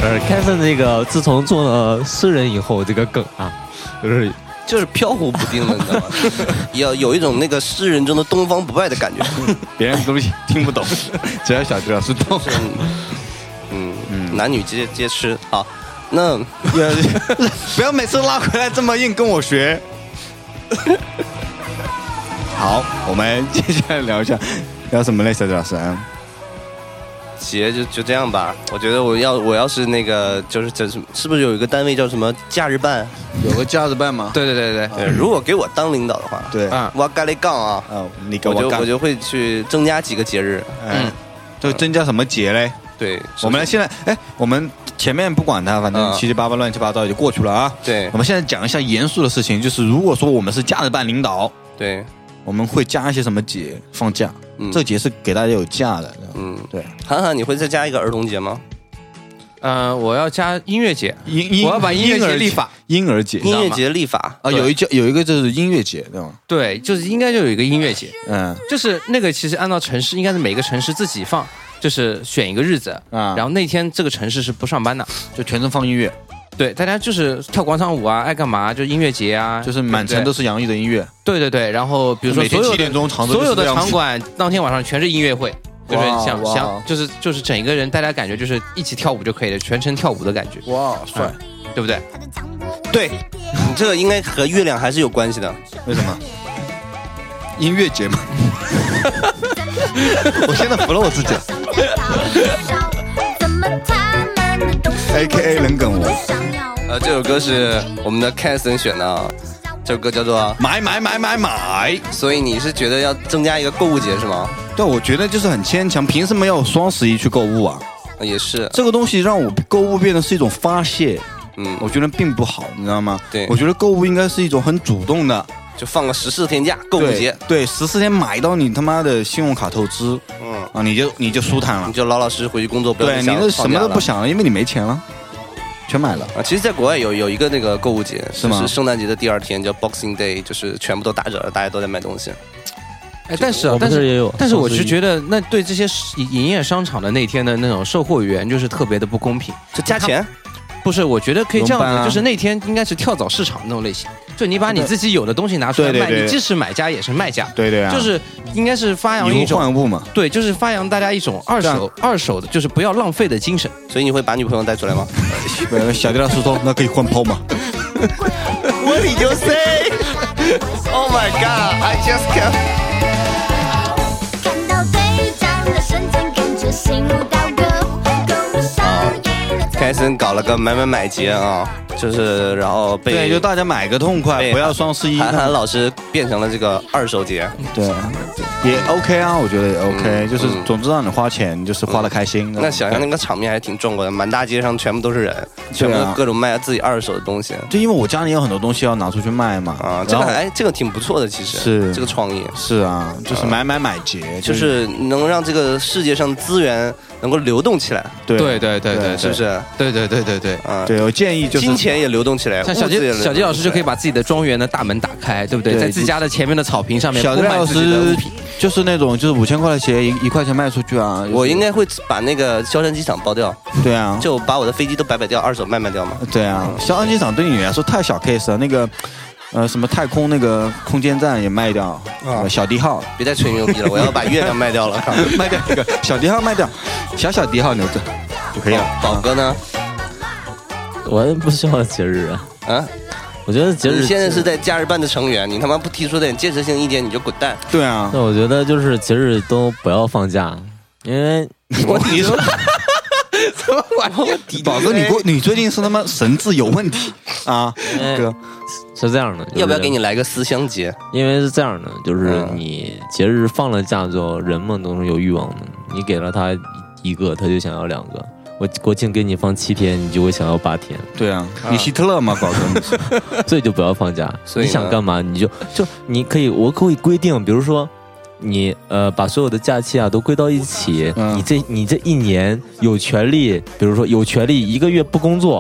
呃，Kevin 这个自从做了诗人以后，这个梗啊，就是
就是飘忽不定的，你知道吗？ <laughs> 要有一种那个诗人中的东方不败的感觉。 <laughs>
别人的东西听不懂，只要小迪老师懂。
嗯嗯，男女皆皆吃好，那
<laughs> 不要每次拉回来这么硬跟我
<laughs>
学。好，我们接下来聊一下，聊什么嘞，小迪老师？啊
节就就这样吧。我觉得我要我要是那个就是这是是不是有一个单位叫什么假日办？
有个价值办吗？
对对对对，如果给我当领导的话，
对啊，
我咖喱杠啊，
啊，你给
我
我
就
干
我，就会去增加几个节日。
嗯，就增加什么节嘞？
对，
我们来现在，哎，我们前面不管它，反正
嗯
七七八八乱七八糟也就过去了啊。
对
我们现在讲一下严肃的事情，就是如果说我们是价值办领导，
对，
我们会加一些什么节放假？
嗯
这节是给大家有假的。
嗯，
对，
涵涵，你会再加一个儿童节吗？
呃，我要加音乐节，
婴婴
我要把音乐
婴儿
节立
节嗯
法，
婴儿节
音乐节立法
啊，
对
有一节有一个就是音乐节，对吗？
对，就是应该就有一个音乐节，
嗯
就是那个其实按照城市，应该是每个城市自己放，就是选一个日子，
啊，
然后那天这个城市是不上班的，
就全程放音乐，
对，大家就是跳广场舞啊，爱干嘛就音乐节啊，
就是满城都是洋溢的音乐。
对对对，然后比如说
每天
所有
7点
的
钟常州就
所
是
有的
这样子
场馆当天晚上全是音乐会，就是
哇
想
哇
想就是就是整一个人大家感觉就是一起跳舞就可以了，全程跳舞的感觉，
哇，
帅！对不对？
对，你这个应该和月亮还是有关系的。
为什么？音乐节嘛。 <laughs> 我现在服了我自己。AKA 冷梗我
呃，这首歌是我们的 c a s o n 选的啊，这首歌叫做
买买买买买！
《所以你是觉得要增加一个购物节是吗？
对，我觉得就是很牵强，凭什么要双十一去购物啊？
呃也是，
这个东西让我购物变得是一种发泄，我
嗯，
觉得并不好，你知道吗？
对
我觉得购物应该是一种很主动的
就放个十四天假购物
对
节，
对，十四天买到你他妈的信用卡透支
嗯，
啊，你就你就舒坦了
你。就老老实实回去工作，不要
对，
去
你
想
这什么都不
放假
想了，因为你没钱了，全买了。
了啊。其实，在国外有有一个那个购物节，
是吗
就是圣诞节的第二天叫 Boxing Day，就是全部都打折了，大家都在买东西。
哎，但是啊
我，们
但
这儿
是
也有
但是我是
双十一
觉得那对这些营业商场的那天的那种售货员就是特别的不公平。
就加钱，
不是，我觉得可以这样
怎么办
子，
啊
就是那天应该是跳蚤市场那种类型，就你把你自己有的东西拿出来
对对
卖，
对
你既是买家也是卖家，
对对啊，
就是应该是发扬
以
一
物
种
换物
<laughs>
嘛。
对，就是发扬大家一种二手二手的，就是不要浪费的精神。
所以你会把女朋友带出来吗？
呃小迪老师说，那可以换抛
<laughs>
吗？
What did you say? <laughs> Oh my god, I just can't.
看到队长的瞬间，感觉心到歌跟上瘾了。
<laughs>
凯森搞了个买买买节啊，就是然后被
对，就大家买个痛快，
对
不要双十一。嗯
韩寒老师变成了这个二手节，
对，也 OK 啊，我觉得也 OK，
嗯
就是
嗯
总之让你花钱，就是花的开心。
那想象那个场面还挺壮观的，满大街上全部都是人，
啊
全部都各种卖自己二手的东西
就因为我家里有很多东西要拿出去卖嘛。
啊，这
然
个
后
哎，这个挺不错的，其实
是
这个创意，
是啊，就是买买买节，就
就
是
能让这个世界上资源能够流动起来，
对
对对
对
是不？是？
对对对对对。
啊，
对，我建议就是
金钱也流动起来，
像小
物质也
杰
流动
小杰老师就可以
起
把自己的庄园的大门打开，对不啊对？
对
在自家的前面的草坪上面
小
布
迪
满
老
自己的物 <laughs>
师
品。
就是那种就是五千块的鞋一一块钱卖出去啊。
来。我应该会把那个萧山机场包掉，
对啊，
就嗯把我的飞机都摆摆掉，二手卖卖掉嘛。
对啊，小安机场对你来说太小 case 了，那个。呃，什么太空那个空间站也卖掉，
啊
小迪号
别再吹牛逼了，我要把月亮卖掉了。 <laughs>
卖掉那个小迪号卖掉，小小迪号啊留着就可以了。
啊宝哥呢？
我也不需要节日啊。
啊，
我觉得节日
你现在是在假日办的成员，你他妈不提出点建设性意见你就滚蛋。
对啊，
那我觉得就是节日都不要放假，因为
我你说
嗯
宝
哎
哥，你过你最近是他妈神志有问题啊，
<laughs>
哥，
嗯是这样的，就是
要不要给你来个思乡节？
因为是这样的，就是
嗯
你节日放了假之后，人嘛都是有欲望的。你给了他一个，他就想要两个。我国庆给你放七天，你就会想要八天，
对啊，你希特勒吗，宝哥？你是
所以就不要
<laughs>
放假。
所以
你
呢
想干嘛你就就你可以，我可以规定，比如说你呃把所有的假期啊都归到一起，
嗯
你这你这一年有权利，比如说有权利一个月不工作，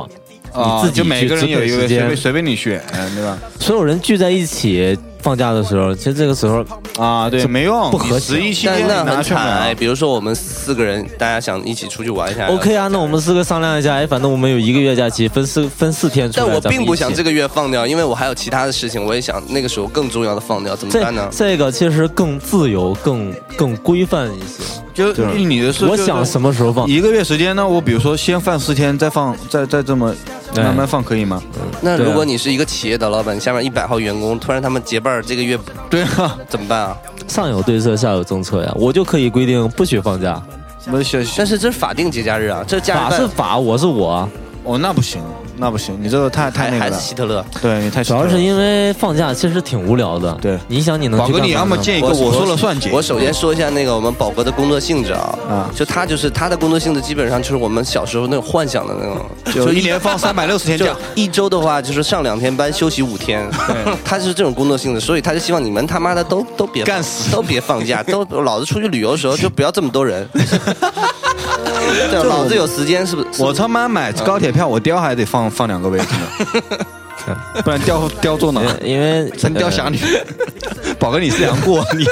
啊
你自己
就每个人有一
去
个
支配时
随
间
便随便你选，哎对吧？
所有人聚在一起放假的时候，其实这个时候
啊，对，
这
没用，
不合
你
适
十一期
但
间
是
你
那
拿
很
去买
惨哎，
啊，
比如说我们四个人，大家想一起出去玩一下
OK 啊，那我们四个商量一下，哎，反正我们有一个月假期，分四分四天出来。
但我
咱们
并不想
一起
这个月放掉，因为我还有其他的事情，我也想那个时候更重要的放掉，怎么办
这
啊
呢？
这个其实更自由、更更规范一些。
就就你的事，
我
就是
想什么时候放，
一个月时间呢，我比如说先放四天，再放，再再这么
对
慢慢放，可以吗？
那
对啊
如果你是一个企业的老板，你下面一百号员工，突然他们结伴儿这个月
对啊，
怎么办啊？
上有对策，下有政策呀。我就可以规定不许放假，
那小
但是这是法定节假日啊，这假
法
日
是
办
法，我是啊我。
哦，那不行，那不行，你这个太太
还
那
还
个
是
了，
希特勒。
对你太
主要
扯
是
了
因为放假其实挺无聊的。
对
你想你能
宝
去
哥，
干
你要
嘛
么
呢
见一个我说了算姐，
我首先说一下那个我们宝哥的工作性质啊，
啊
就他就是他的工作性质基本上就是我们小时候那种幻想的那种，
就一年放三百六十天
<laughs> 就
假，
一周的话就是上两天班休息五天， <laughs> 他是这种工作性质，所以他就希望你们他妈的都都别
干死
都别放假，都老子出去旅游的时候就不要这么多人，对，啊老子有时间是不是？
我他妈买高铁票，我貂还得放放两个位置呢，不然貂貂坐
<laughs>
哪？
对因为呃
神雕侠侣，
哎
宝哥你是杨过，你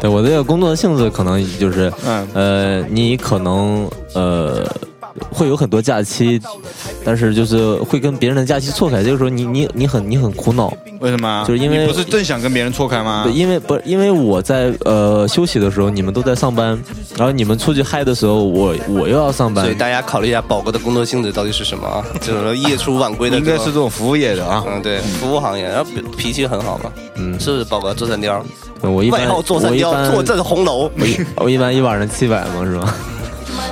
对我这个工作性质可能就是，
嗯
呃，你可能呃会有很多假期，但是就是会跟别人的假期错开。这个时候你你你很你很苦恼，
为什么？
就是因为
你不是正想跟别人错开
啊
吗
对，？因为不是因为我在呃休息的时候你们都在上班，然后你们出去嗨的时候我我又要上班
所以，大家考虑一下宝哥的工作性质到底是什么啊？就是夜出晚归的，
应该是这种服务业的啊，
嗯，对，服务行业，然后脾脾气很好嘛，嗯，是不是宝哥坐三貂？
我一般
外号坐
我
三
一
貂，
般
坐镇红楼。
我一我一般一晚上七百嘛是吧？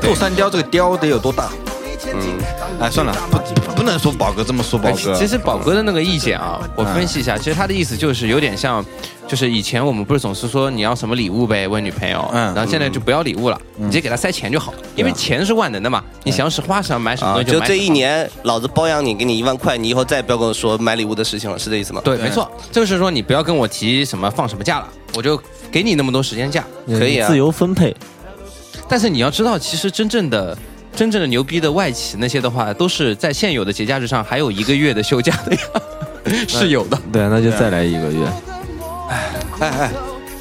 坐山雕这个雕得有多大？
嗯，
哎，算了，不不不能说宝哥这么说宝哥。
哎其实宝哥的那个意见啊，
嗯
我分析一下，其实他的意思就是有点像，就是以前我们不是总是说你要什么礼物呗，问女朋友，
嗯
然后现在就不要礼物了，
嗯
你直接给她塞钱就好，因为钱是万能的嘛，你想使花想买什么
啊，
东西
就
买
这
什
一
么。
年，老子包养你，给你一万块，你以后再也不要跟我说买礼物的事情了，是这意思吗？，
对，没错，这个是说你不要跟我提什么放什么假了，我就给你那么多时间假。
可以啊
自由分配，
但是你要知道，其实真正的、真正的牛逼的外企那些的话，都是在现有的节假日上还有一个月的休假的呀， <laughs> 是有的。
对，啊那就
啊
再来一个月。
哎哎，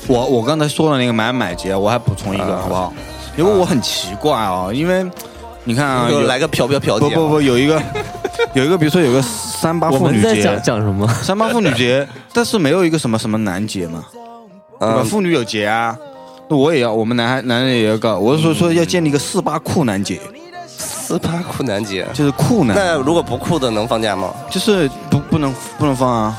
我我刚才说了那个买买节，我还补充一个好不好？因为我很奇怪啊，因为你看啊，
给我
有
来个飘飘飘姐
不
啊。
不不，有一个有一个，比如说有个三八
我
妇
们
女
在讲
节，
讲什么？
三八妇女节，但是没有一个什么什么男节嘛，对吧？
嗯
妇女有节啊，那我也要，我们男孩男人也要搞，我是说说要建立一个四八酷男节，
斯巴酷男节。
就是酷男，
那如果不酷的能放假吗？
就是不不能不能放
<laughs>
啊。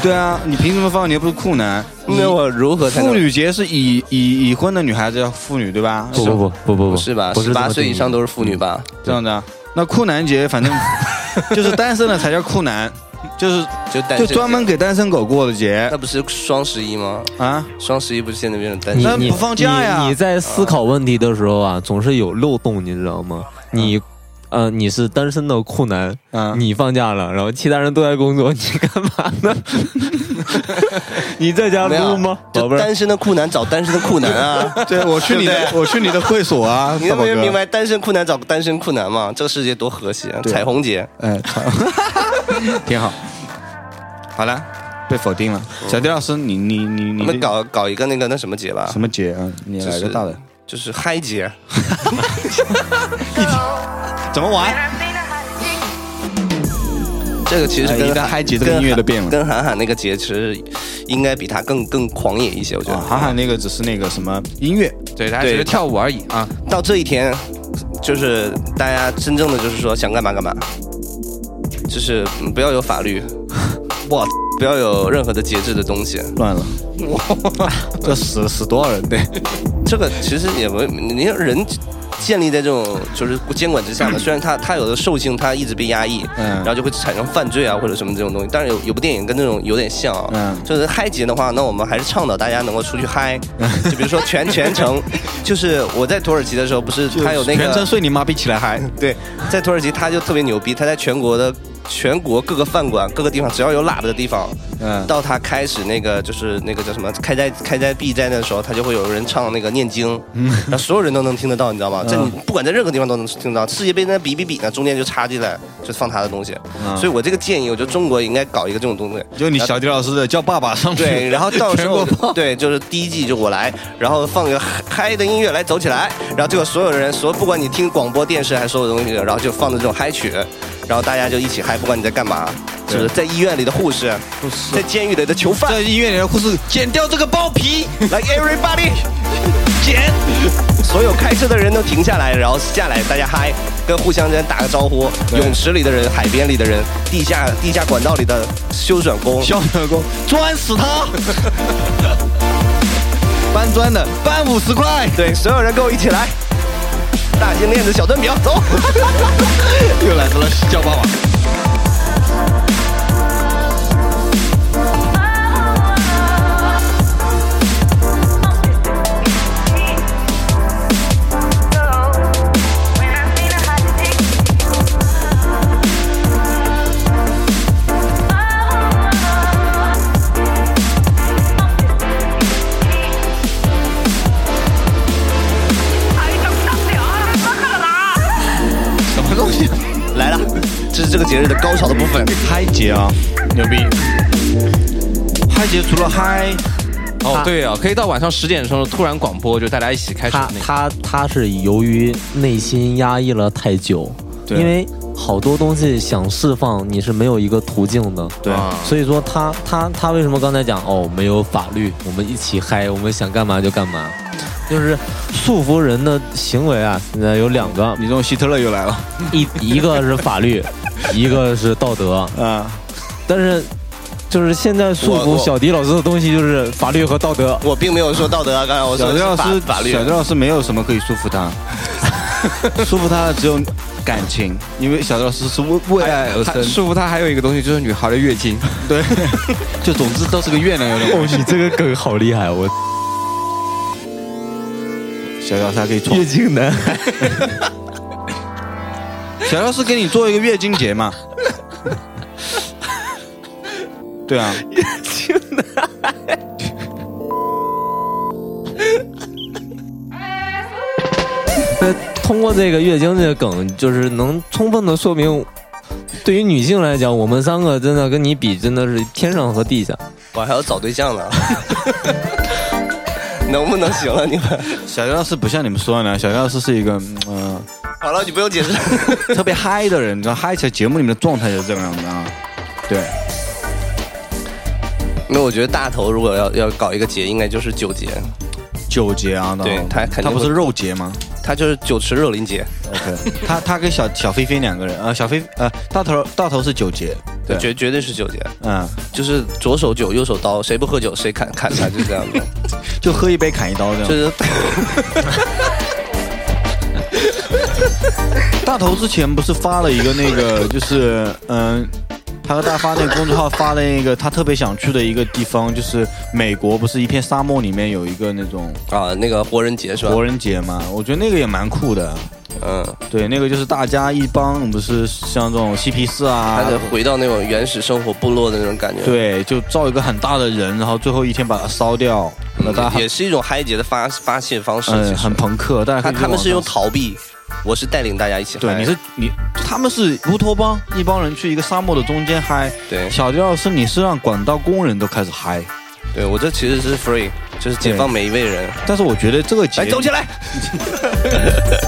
对啊，你凭什么放？你又不是酷男。你
那我如何才
妇
能？
女节是已已已婚的女孩子叫妇女对吧？
不不不不不
不
不
是吧？
不
十
是这么
八岁以上都是妇女吧？
这样的啊。那酷男节反正 <laughs> 就是单身的才叫酷男，就是
就单
就
身
专门给单身狗过的节
那不是双十一吗？
啊。
双十一不是现在变成单
你
身
那？
你
不放假呀
你你在思考问题的时候啊，总是有漏洞，你知道吗？你，呃，你是单身的酷男，
嗯，
你放假了，然后其他人都在工作，你干嘛呢？ <laughs> 你在家
没有啊
撸吗，宝
就
贝儿？
单身的酷男找单身的酷
<laughs>
男啊！
对我去你
<laughs>
的，我去你的会所啊，大
你能
宝
不能
哥。
明白单身酷男找单身酷男嘛？这个世界多和谐啊！
对
彩虹节，
哎，
<laughs>
操挺好。好了，被否定了。小迪老师，你你你
我
你
们搞搞一个那个那什么节吧
什，么节啊？你来个大的，
就是嗨节。
怎么玩？
这个其实
哎一
跟
旦
韩
嗨节这个音乐
跟
就变了
韩跟韩寒那个节其实应该比他更更狂野一些，我觉
啊，
得。
涵涵那个只是那个什么音乐，
对，他只是跳舞而已啊。
到这一天，就是大家真正的就是说想干嘛干嘛，就是嗯不要有法律，哇，不要有任何的节制的东西。
乱了。
<laughs>
这死死多少人？对，
这个其实也没，你你人建立在这种就是监管之
<clears throat>
下嘛。虽然它它有的兽性它一直被压抑，
嗯
然后就会产生犯罪啊或者什么这种东西。但是有有部电影跟那种有点像啊，
嗯
就是嗨节的话，那我们还是倡导大家能够出去嗨，
嗯
就比如说
<laughs>
全全程，就是我在土耳其的时候不是它有那个嗯
全程睡你妈逼起来嗨，
对，在土耳其他就特别牛逼，他在全国的全国各个饭馆、各个地方，只要有喇叭的地方，
嗯
到他开始那个就是那个叫什么开斋开斋闭斋的时候，他就会有人唱那个念经，然后所有人都能听得到，你知道吗？在你不管在任何地方都能听得到。世界杯在那比比比呢，中间就插进来就放他的东西，所以我这个建议，我觉得中国应该搞一个这种东西，
就你小迪老师的叫爸爸上去，
对，然后到时候
全 <laughs> 国炮
对，就是第一季就我来，然后放个嗨嗨的音乐来走起来，然后最后所有的人，所不管你听广播电视还是所有东西，然后就放的这种嗨曲，然后大家就一起嗨，不管你在干嘛，是不是在医院里的护士，在监狱里的囚犯
在医院里的护士剪掉这个包皮，
来
<laughs>
everybody 捡，所有开车的人都停下来，然后下来大家嗨，跟互相之间打个招呼，泳池里的人、海边里的人、地下地下管道里的修转工，
小员工钻死
<laughs>
他，搬砖的搬五十块，
对，所有人跟我一起来，大金链子小灯表，
<laughs>
走。
又来到了叫爸爸。什么东西？
来了，这是这个节日的高潮的部分。
嗨姐啊，牛逼！嗨姐除了嗨，
哦，对啊，可以到晚上十点的时候突然广播，就大家一起开始
他
那个。
他他是由于内心压抑了太久，
对
因为好多东西想释放，你是没有一个途径的。
对
所以说他他他为什么刚才讲哦没有法律，我们一起嗨，我们想干嘛就干嘛，就是束缚人的行为啊，现在有两个，
你这种希特勒又来了
一一个是法 <laughs> 律，一个是道德，
啊！
但是就是现在束
我
缚
我
小迪老师的东西就是法律和道德。
我并没有说道德啊，刚才我说
小
的
周
是
老
法
师，
法律
小。周老师没有什么可以束缚他，束缚他的只有感情，因为小周老师是为为爱而生。
束缚他还有一个东西就是女孩的月
<laughs>
经，
对，就总之都是个怨人。
哦，你这个梗好厉害，我
小周老师还可以创
月，经男。
小周老师给你做一个月经节嘛？对啊，
那通过这个月经这个梗，就是能充分的说明，对于女性来讲，我们三个真的跟你比，真的是天上和地下。
我还要找对
<laughs>
象呢，能不能行了你们？
小周老师不像你们说的呢，小周老师是一个嗯呃
好了，你不
<laughs>
用解释。
特别嗨的人，你知道嗨起来节目里面的状态就是这个样子啊。对，
那我觉得大头如果要要搞一个节，应该就是九节，
九节啊，那
对他肯定
他不
会
是肉节吗
他就是酒池肉林节，
？OK，他他跟小小菲菲两个人，呃，小菲呃大头大头是九节，对，
绝绝对是九节，
嗯，
就是左手酒右手刀，谁不喝酒谁砍砍他，就这样
<laughs>
子，
就喝一杯砍一刀这样。
就是
大头之前不是发了一个那个，就是嗯，他和大发那个公众号发了一个他特别想去的一个地方，就是美国不是一片沙漠里面有一个那种
啊那个活人节是吧？
活人节嘛？我觉得那个也蛮酷的。
嗯，
对，那个就是大家一帮，不是像这种嬉皮士啊
他，得回到那种原始生活部落的那种感觉。。
对，就造一个很大的人，然后最后一天把它烧掉，那大家
嗯也是一种嗨节的发发泄方式，其
嗯
实
很朋克，大家可
他
以去
他们是用
网上
逃避，我是带领大家一起嗨。
对，你是你，他们是乌托邦，一帮人去一个沙漠的中间嗨。
对
小迪老师，你是让管道工人都开始嗨，
对我这其实是 free，就是解放每一位人。
但是我觉得这个节，
来走起来！ <laughs>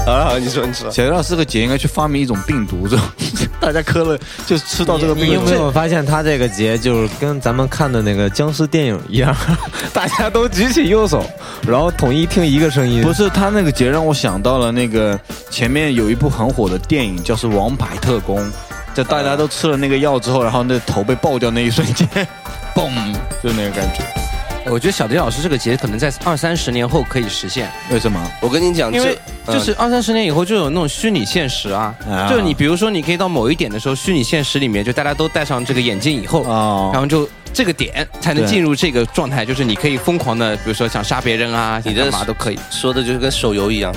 好了好了，你说你
<laughs>
说，
小迪老师这个节应该去发明一种病毒，这种 <laughs> 大家磕了就吃到这个病
你
毒。
有没有发现他这个节就是跟咱们看的那个僵尸电影一样， <laughs> 大家都举起右手，然后统一听一个声音。
不是他那个节让我想到了那个前面有一部很火的电影，叫是《王牌特工》，在大家都 <laughs> 吃了那个药之后，然后那头被爆掉那一瞬间，嘣，就那个感觉。
我觉得小迪老师这个节可能在二三十年后可以实现，
为什么？
我跟你讲，
因为
嗯
这
就、是二三十年以后就有那种虚拟现实啊，
啊
就是你比如说你可以到某一点的时候，虚拟现实里面就大家都戴上这个眼镜以后，
哦
然后就这个点才能
对
进入这个状态，就是你可以疯狂的，比如说想杀别人啊，
你
想
这
干嘛都可以。
说的就是跟手游一样，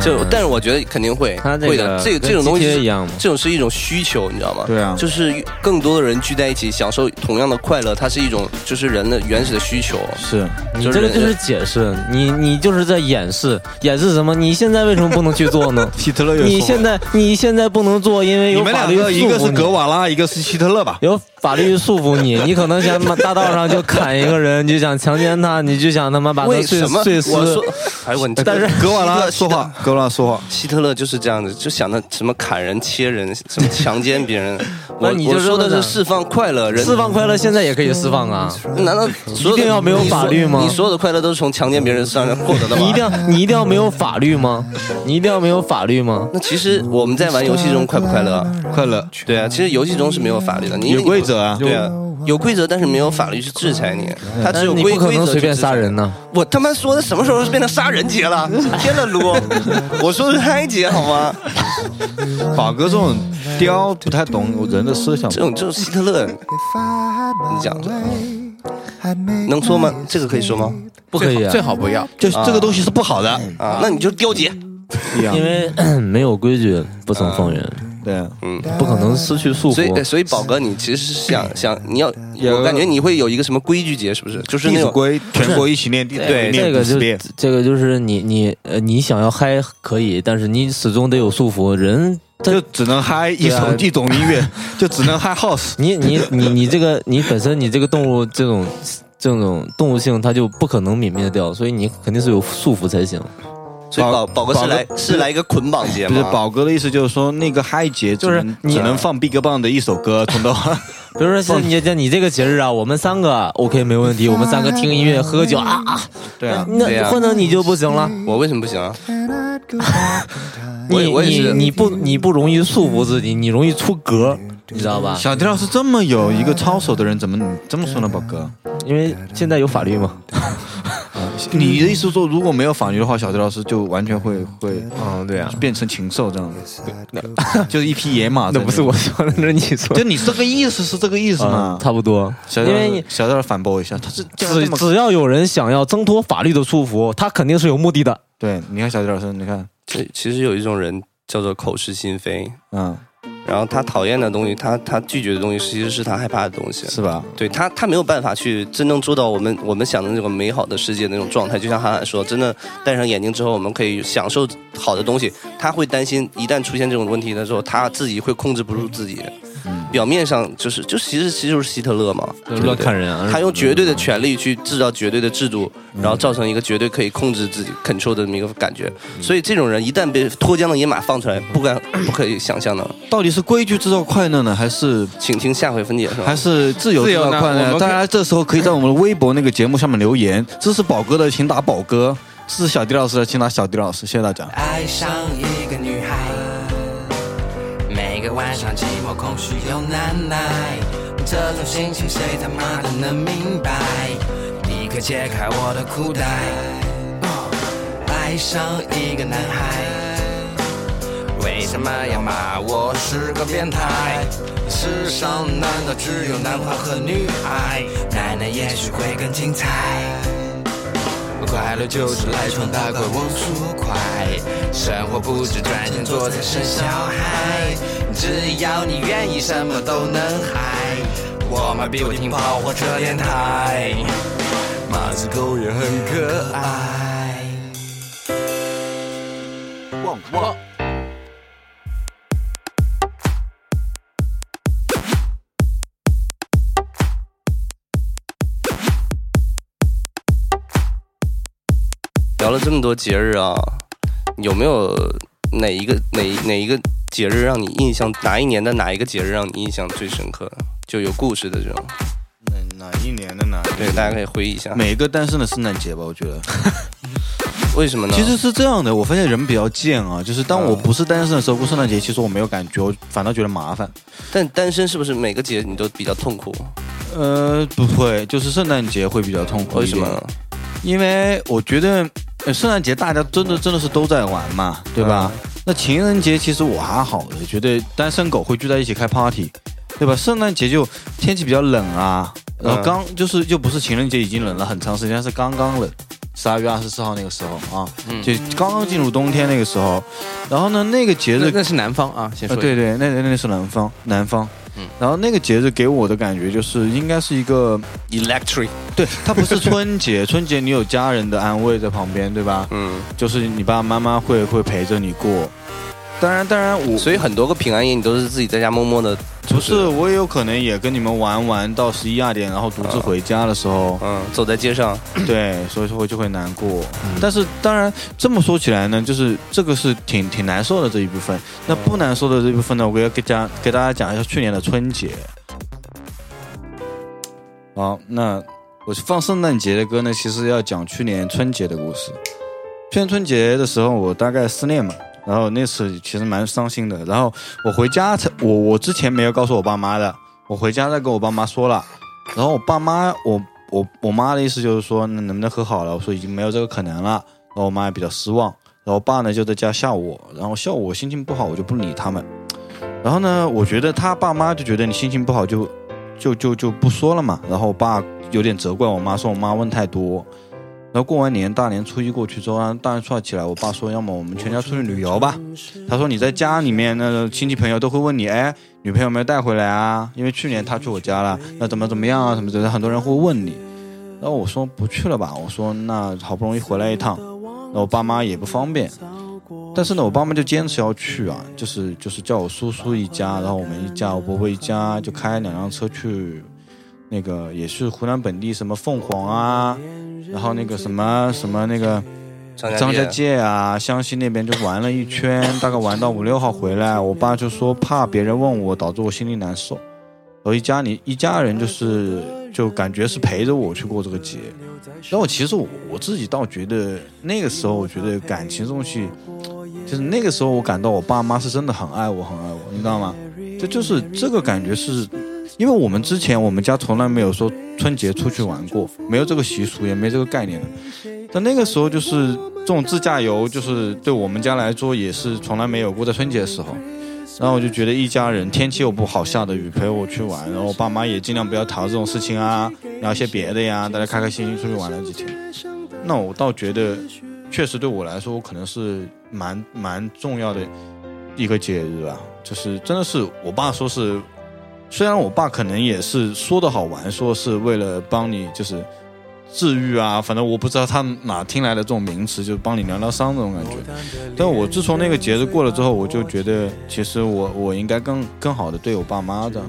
就、但是我觉得肯定会
他这
会
个
的，这
跟
这种东西
GTA
是
一样嘛
这种是一种需求，你知道吗？
对啊
就是更多的人聚在一起享受同样的快乐，它是一种就是人的原始的需求。
是
你这个
人
就是解释，你你就是在掩饰，掩饰什么？你现在为什么不能去做呢？
希特勒有
你
说
现在你现在不能做，因为
啊你
有
们
法
两
律
个一个
束缚
是
你
格瓦拉，一个是希特勒吧？
有法律束缚你，你可能想把大道上就砍一个人，你就想强奸他，你就想他妈把他
为
碎
什么？
碎
我说
尸。，
哎，我
但是
格瓦拉说话，格瓦拉说话，
希特勒就是这样子，就想着什么砍人、切人、什么强奸别
<laughs>
人。
那
我
你
我
就
说
这么
的
的
是释放快乐，人
释放快乐现在也可以释放啊！
难道所有
一定要没有
你所
法律吗
你所有的快乐都是从强奸别人身上获得的吗？
你一 <laughs> 定要你一定要没有法律吗？你一定要没有法律吗？
那其实我们在玩游戏中快不快乐啊？
快乐
对啊，其实游戏中是没有法律的，你
有规则啊
对啊，有规则，但是没有法律去制裁你，他
嗯但
只
是
有
你
规
不可能
规则
随便
去制裁
杀人呢。
我他妈说的什么时候变成杀人节
<laughs>
了？天了撸！我说的是嗨节好吗？
宝哥这种雕不太懂人的思想
这，种就是希特勒，你讲的能说吗？这个可以说吗？
不可以啊
最好不要。
就是这个东西是不好的。
啊，那你就丢节。
一样
因为 <clears throat> 没有规矩不成方圆，
对，
不可能失去束
嗯所以，呃
缚。
所以宝哥，你其实是想想，你要，我感觉你会有一个什么规矩节，是不是？就是那
弟子
种
规全国一起练，弟子规
对
练
哎这个
弟子
就
练
这个就是你你呃你想要嗨可以，但是你始终得有束缚。人他
就只能嗨一
<laughs> 对啊
首一种音乐，就只能嗨
<laughs>
house。
你你你你这个你本身你这个动物这种这种动物性，它就不可能泯灭掉，所以你肯定是有束缚才行。
所以宝
宝
宝哥是
宝哥
来是来一个捆绑节
不
吗？
是宝哥的意思，就是说那个嗨节只
就是
能
你
只能放 BigBang 的一首歌，从
<laughs>
头
比如说像你像你这个节日啊，我们三个 OK 没问题，我们三个听音乐喝酒啊啊，
<laughs> 对啊，
对
那
啊
换成你就不行了。
我为什么不行啊？我
你
我也
你
是
你不你不容易束缚自己，你容易出格，你知道吧？
小迪老师这么有一个操守的人，怎么你这么说呢，宝哥？
因为现在有法律嘛。
你的意思说，如果没有法律的话，小迪老师就完全会会
嗯，对啊，
变成禽兽这样的， <laughs> 就是一匹野马。
那不是我，说的，那是你说
<laughs> 就
的。
你这个意思是这个意思吗
嗯，？差不多，
小
因
迪老
为
师
你
小迪老师反驳我一下，他是这
只
么
只要有人想要挣脱法律的束缚，他肯定是有目的的。
对，你看小迪老师，你看，
其其实有一种人叫做口是心非，
嗯，
然后他讨厌的东西，他他拒绝的东西，其实是他害怕的东西。
是吧？
对他，他没有办法去真正做到我们我们想的那种美好的世界那种状态。就像韩寒说，真的戴上眼镜之后，我们可以享受好的东西。他会担心，一旦出现这种问题的时候，他自己会控制不住自己。表面上就是，就其实其实就是希特勒嘛，对不对
乱看人啊
他用绝对的权力去制造绝对的制度，然后造成一个绝对可以控制自己、control 的这么一个感觉。所以这种人一旦被脱缰的野马放出来，不敢不可以想象的。
到底是规矩制造快乐呢，还是
请听下回分解，是吧
还？是自由
自
制
由
造
呢
快
我
乐？
们
大
可以
家这时候可以在我们的微博那个节目下面留言，支持宝哥的请打宝哥，支持小迪老师的请打小迪老师，谢谢大家。
爱上一个女孩，每个晚上寂寞空虚又难耐，这种心情谁他妈的能明白？你可解开我的裤带，哦爱上一个男孩，为什么要骂我是个变态？世上难道只有男孩和女孩？奶奶也许会更精彩。快乐就是来闯大怪，往出快。生活不止赚钱、做菜、生小孩，只要你愿意，什么都能嗨。我们必不停跑火车电台，马子狗也很可爱。
旺旺。
聊了这么多节日啊，有没有哪一个哪哪一个节日让你印象？哪一年的哪一个节日让你印象最深刻？就有故事的这种，
哪哪一年的呢？
对，大家可以回忆一下。
每个单身的圣诞节吧，我觉得。
为什么呢？
其实是这样的，我发现人比较贱啊，就是当我不是单身的时候，过圣诞节，其实我没有感觉，我反倒觉得麻烦。
但单身是不是每个节你都比较痛苦？
呃，不会，就是圣诞节会比较痛苦。
为什么？
因为我觉得呃圣诞节大家真的真的是都在玩嘛，对吧？那情人节其实我还好的，觉得单身狗会聚在一起开 party，对吧？圣诞节就天气比较冷啊，然后
嗯
刚、就是就不是情人节已经冷了很长时间，是刚刚冷。十二月二十四号那个时候啊，就刚刚进入冬天那个时候，然后呢，那个节
那
日
那是南方啊，先
呃，
说一
对
下
对，那那那是南方，南方。
嗯
然后那个节日给我的感觉就是，应该是一个，
Electric，
对，它不是春节，春节你有家人的安慰在旁边，对吧？
嗯，
就是你爸爸妈妈会会陪着你过。当然，当然我
所以很多个平安夜你都是自己在家默默的，
不是，我也有可能也跟你们玩玩到十一二点，然后独自回家的时候，
嗯，走在街上，
对，所以说我就会难过。但是当然这么说起来呢，就是这个是挺挺难受的这一部分。那不难受的这一部分呢，我要给讲给大家讲一下去年的春节。好，那我放圣诞节的歌呢，其实要讲去年春节的故事。去年春节的时候，我大概失恋嘛，然后那次其实蛮伤心的。然后我回家才，我我之前没有告诉我爸妈的，我回家再跟我爸妈说了。然后我爸妈，我我我妈的意思就是说，那能不能和好了？我说已经没有这个可能了。然后我妈也比较失望。然后我爸呢就在家笑我，然后笑我心情不好，我就不理他们。然后呢，我觉得他爸妈就觉得你心情不好就就就就不说了嘛。然后我爸有点责怪我妈，说我妈问太多。然后过完年大年初一过去之后，然后大年初二起来，我爸说，要么我们全家出去旅游吧。他说你在家里面，那个亲戚朋友都会问你，哎，女朋友没有带回来啊？因为去年他去我家了，那怎么怎么样啊？什么怎么样，很多人会问你。然后我说不去了吧，我说那好不容易回来一趟，那我爸妈也不方便。但是呢，我爸妈就坚持要去啊，就是就是叫我叔叔一家，然后我们一家，我伯伯一家，就开两辆车去，那个也是湖南本地什么凤凰啊，然后那个什么什么那个
张
张家
家界，
界啊，湘西那边就玩了一圈，大概玩到五六号回来，我爸就说怕别人问我，导致我心里难受。然后一家里一家人就是就感觉是陪着我去过这个节。然后其实我我自己倒觉得那个时候，我觉得感情这东西，就是那个时候我感到我爸妈是真的很爱我，很爱我，你知道吗？这就是这个感觉是。因为我们之前我们家从来没有说春节出去玩过，没有这个习俗，也没这个概念的。但那个时候就是这种自驾游，就是对我们家来说也是从来没有过，在春节的时候。然后我就觉得一家人，天气又不好，下着雨陪我去玩，然后我爸妈也尽量不要讨这种事情啊，聊些别的呀，大家开开心心出去玩了几天。那我倒觉得，确实对我来说，我可能是蛮蛮重要的一个节日吧。就是真的是我爸说是，虽然我爸可能也是说的好玩，说是为了帮你就是治愈啊，反正我不知道他哪听来的这种名词，就是帮你疗疗伤这种感觉。但我自从那个节日过了之后，我就觉得其实我我应该更更好的对我爸妈这样，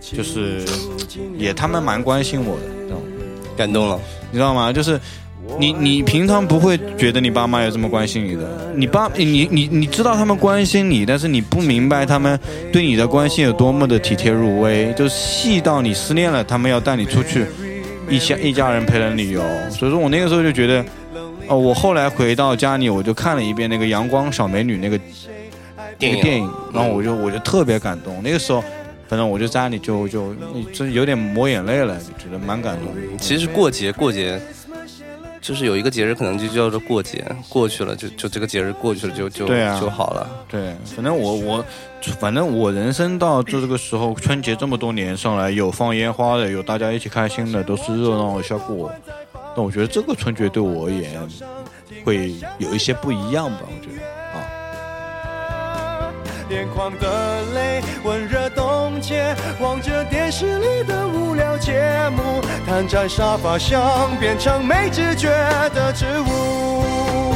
就是也他们蛮关心我的，这样
感动了，
你知道吗？就是你你平常不会觉得你爸妈有这么关心你的，你爸你你你知道他们关心你，但是你不明白他们对你的关心有多么的体贴入微，就细到你失恋了，他们要带你出去，一家一家人陪人旅游。所以说我那个时候就觉得，哦，我后来回到家里，我就看了一遍那个《阳光小美女》那个
电
那
影
个电影，然后我就我就特别感动。那个时候，反正我就家里就就真有点抹眼泪了，就觉得蛮感动的。
其实过节过节，就是有一个节日可能就叫做过节，过去了就就这个节日过去了就就、
对啊
就好了。
对，反正我我，反正我人生到这这个时候，春节这么多年上来，有放烟花的，有大家一起开心的，都是热闹的效果。但我觉得这个春节对我而言，会有一些不一样吧，我觉得。
眼眶的泪温热冻结，望着电视里的无聊节目，瘫在沙发上变成没知觉的植物。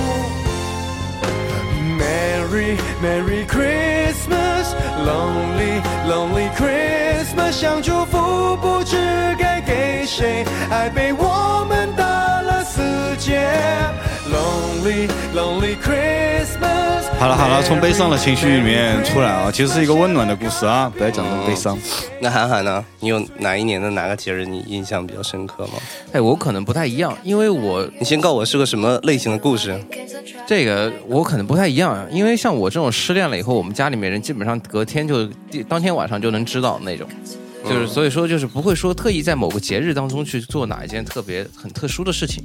Merry Merry Christmas，Lonely Lonely Christmas，想祝福不知该给谁，爱被我们打了四结。Lonely Lonely Christmas。
好了好了，从悲伤的情绪里面出来啊，其实是一个温暖的故事啊，不要讲那么悲伤。
那涵涵呢？你有哪一年的哪个节日你印象比较深刻吗？
哎，我可能不太一样，因为我
你先告我是个什么类型的故事？
这个我可能不太一样，因为像我这种失恋了以后，我们家里面人基本上隔天就当天晚上就能知道那种，
嗯
就是所以说就是不会说特意在某个节日当中去做哪一件特别很特殊的事情。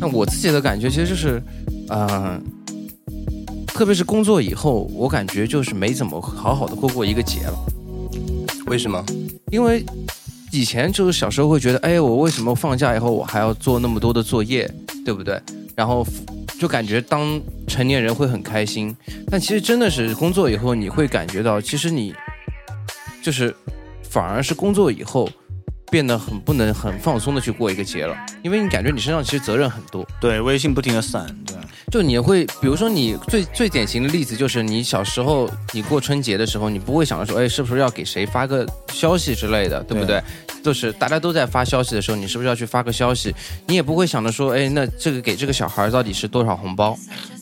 那我自己的感觉其实就是，呃，特别是工作以后，我感觉就是没怎么好好的过过一个节了。
为什么？
因为以前就是小时候会觉得，哎，我为什么放假以后我还要做那么多的作业，对不对？然后就感觉当成年人会很开心，但其实真的是工作以后，你会感觉到，其实你就是反而是工作以后变得很不能很放松的去过一个节了，因为你感觉你身上其实责任很多。
对，微信不停的闪，对，
就你会，比如说你最最典型的例子就是你小时候你过春节的时候，你不会想着说，哎，是不是要给谁发个消息之类的，对不对？就是大家都在发消息的时候，你是不是要去发个消息？你也不会想着说，哎，那这个给这个小孩到底是多少红包，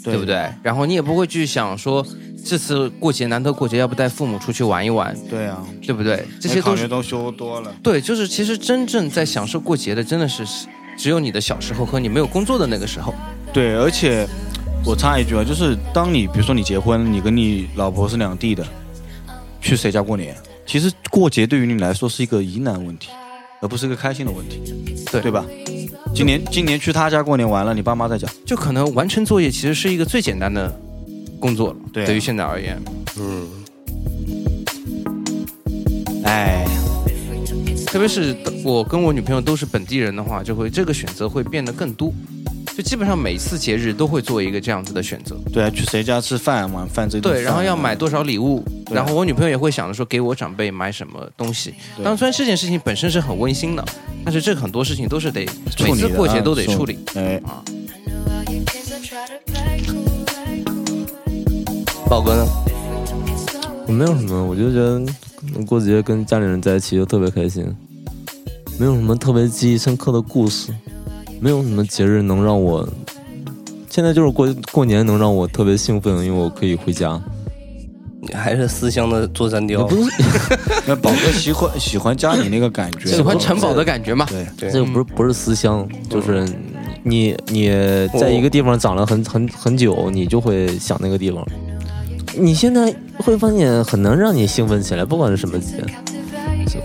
对不对？然后你也不会去想说，这次过节难得过节，要不带父母出去玩一玩，
对啊，
对不对？这些
考
都
虑
是
都修多了，
对，就是其实真正在享受过节的，真的是只有你的小时候和你没有工作的那个时候。
对，而且我插一句啊，就是当你比如说你结婚，你跟你老婆是两地的，去谁家过年？其实过节对于你来说是一个疑难问题，而不是一个开心的问题，
对
对吧？今年今年去他家过年完了，你爸妈在家，
就可能完成作业其实是一个最简单的工作了，
对啊
于现在而言。
嗯，
哎，
特别是我跟我女朋友都是本地人的话，就会这个选择会变得更多。就基本上每次节日都会做一个这样子的选择，
对啊，去谁家吃饭晚饭这顿
对，然后
饭
要买多少礼物，
对
然后我女朋友也会想着说给我长辈买什么东西。
对
当然，虽然这件事情本身是很温馨的，但是这个很多事情都是得
处理
每次
的
过节
啊
都得
是
处理。
哎，
豹哥呢？
我没有什么，我就觉得嗯过节跟家里人在一起就特别开心，没有什么特别记忆深刻的故事，没有什么节日能让我，现在就是过过年能让我特别兴奋，因为我可以回家。
你还是思乡的坐山
也
雕
呃不？是，
哦
那宝哥喜欢喜欢家里那个感觉，
喜欢城堡的感觉嘛？
对，
对
<laughs> 这个不是
嗯
不是思乡，就是你你
哦
在一个地方长了很很很久，你就会想那个地方。你现在会发现很难让你兴奋起来，不管是什么节，是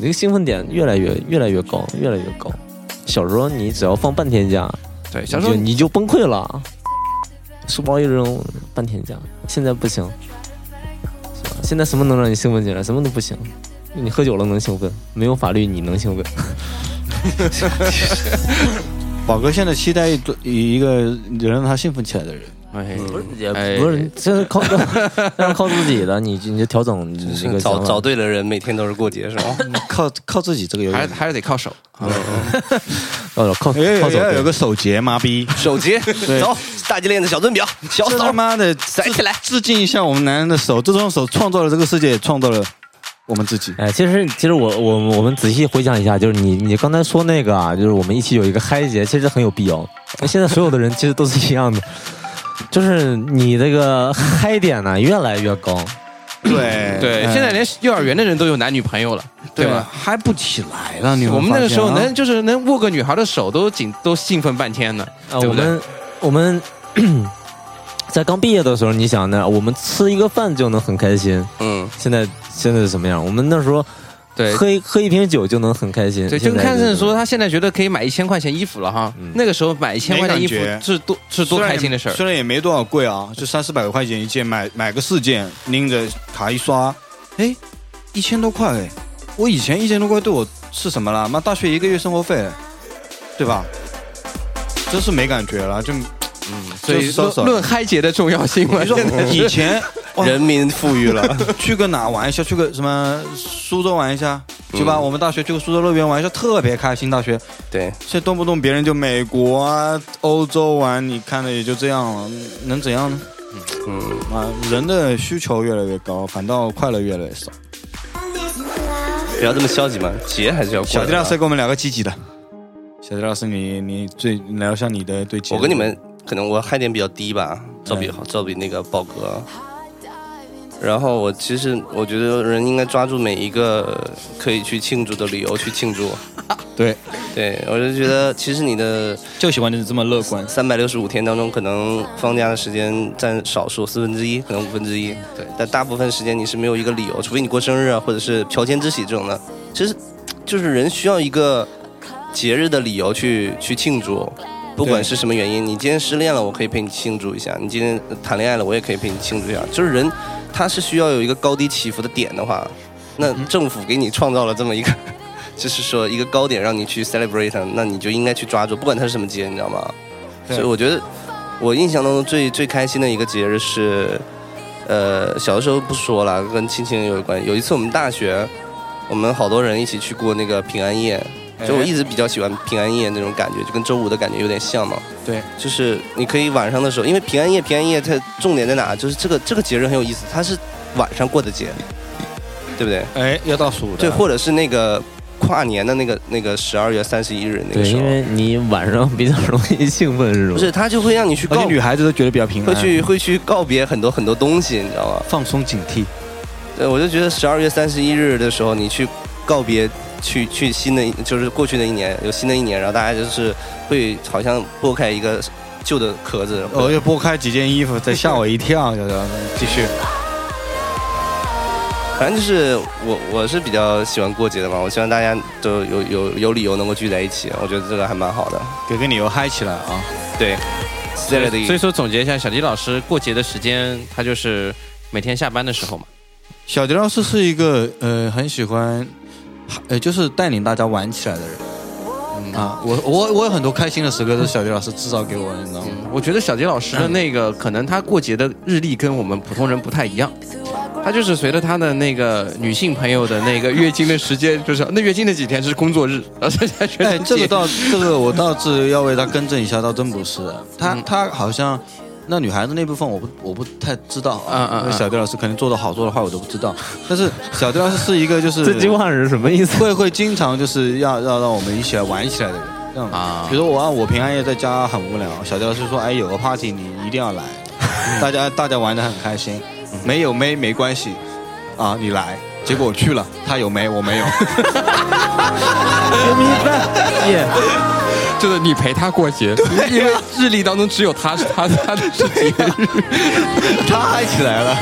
那个兴奋点越来越越来越高，越来越高。小时候你只要放半天假，
对，小
你
时候
就你就崩溃了，书包一扔半天假。现在不行，是吧现在什么能让你兴奋起来？什么都不行。你喝酒了能兴奋，没有法律你能兴奋。
宝哥现在期待一个一个能让他兴奋起来的人，
哎，
也
哎
不是，这是
<laughs>
靠，那是靠自己的，你你就调整你这个
啊
找
想
找
法。
对了人，每天都是过节
<laughs>
是吧？
靠靠自己这个有
还
点
是还是得靠手。
呃，靠
哎
要有
靠走
要哎有
对
个手节，妈逼！
手节，走，大金链子、小钻表、小
这
扫
他
码，
妈的
甩起来。
致敬一下我们男人的手，这双手创造了这个世界，也创造了我们自己。
哎，其实其实我我我们仔细回想一下，就是你你刚才说那个啊，就是我们一起有一个嗨节，其实很有必要。现在所有的人其实都是一样的，就是你这个嗨点呢、越来越高，啊
对哎
对，现在连幼儿园的人都有男女朋友了，哎对吧？
嗨不起来了，你有没有
我们那个时候
发现啊
能就是能握个女孩的手都紧都兴奋半天呢，
啊，
对不
我
对？
们我们 <clears throat> 在刚毕业的时候，你想呢？我们吃一个饭就能很开心。
嗯，
现在现在是什么样？我们那时候
对
喝一喝一瓶酒就能很开心。
对，就
现在
看
是嗯
着说他现在觉得可以买一千块钱衣服了哈，那个时候买一千块钱衣服
没感觉
是多是多开心的事儿
虽然也。虽然也没多少贵啊，就三四百块钱一件，买买个四件，拎着卡一刷，哎，一千多块哎！我以前一千多块对我是什么啦？妈，大学一个月生活费，对吧？真是没感觉了，就嗯
所以
就是收手
论论嗨节的重要性嘛，
你说嗯
现在
以前哇
人民富裕了， <laughs>
去个哪玩一下，去个什么苏州玩一下，
嗯
对吧？我们大学去个苏州乐园玩一下，特别开心。大学
对，
现在动不动别人就美国啊、欧洲玩，你看的也就这样了，能怎样呢？
嗯，
啊，人的需求越来越高，反倒快乐越来越少。
嗯不要这么消极嘛，节还是要过啊的
小
嘛。
迪老师给我们聊个积极的。小迪老师，你你最聊一下你的对节
我跟你们可能我嗨点比较低吧，
哎
照比好，照比那个豹哥。然后我其实我觉得人应该抓住每一个可以去庆祝的理由去庆祝，
对
对，我就觉得其实你的
就喜欢你这么乐观。
三百六十五天当中，可能放假的时间占少数，四分之一，可能五分之一。对，但大部分时间你是没有一个理由，除非你过生日啊，或者是乔迁之喜这种的。其实，就是人需要一个节日的理由去去庆祝。不管是什么原因，你今天失恋了，我可以陪你庆祝一下；你今天谈恋爱了，我也可以陪你庆祝一下。就是人，他是需要有一个高低起伏的点的话，那政府给你创造了这么一个， <laughs> 就是说一个高点让你去 celebrate，它那你就应该去抓住，不管它是什么节，你知道吗？
对
所以我觉得，我印象当中最最开心的一个节日是，呃，小的时候不说了，跟亲情有关。有一次我们大学，我们好多人一起去过那个平安夜，就我一直比较喜欢平安夜那种感觉，就跟周五的感觉有点像嘛。
对，
就是你可以晚上的时候，因为平安夜，平安夜它重点在哪？就是这个这个节日很有意思，它是晚上过的节，对不对？
哎，要到数的，
对，或者是那个跨年的那个那个十二月三十一日那个
对，
时候
因，为你晚上比较容易兴奋，是吗？
不是，它就会让你去
而
告
且女孩子都觉得比较平安，
嗯
会去会去告别很多很多东西，你知道吗？
放松警惕。
对，我就觉得十二月三十一日的时候，你去告别，去去新的一，就是过去的一年，有新的一年，然后大家就是会好像拨开一个旧的壳子，
哦
我哦又拨开几件衣服，再吓我一跳，就是继续。
反正就是我我是比较喜欢过节的嘛，我希望大家都有有有理由能够聚在一起，我觉得这个还蛮好的。
给个理由嗨起来啊！
对，
所以
嗯
Saturday
所以说总结一下，小迪老师过节的时间，他就是每天下班的时候嘛。
小迪老师是一个呃很喜欢，呃就是带领大家玩起来的人。嗯啊，我我我有很多开心的时刻都是小迪老师制造给我的，你知道吗？
我觉得小迪老师的那个，可能他过节的日历跟我们普通人不太一样，他就是随着他的那个女性朋友的那个月经的时间，就是哦那月经那几天是工作日，然后现在觉得
哎，这个倒这个我倒是要为他更正一下，倒真不是，他
嗯
他好像。那女孩子那部分我不我不太知道
嗯嗯
啊，因为小迪老师可能做的好做的坏我都不知道，但是小迪老师是一个就是
这句话是什么意思？
会会经常就是要要让我们一起来玩起来的人，这样
啊
比如说我啊我平安夜在家很无聊，小雕是说哎有个 party 你一定要
<laughs>
来，大家大家玩的很开心，
嗯
没有妹没关系，啊你来，结果我去了，他有妹我没有， <laughs>
就是你陪他过节，因为日历当中只有
<laughs>
他是他他的是节日。
他嗨起来了，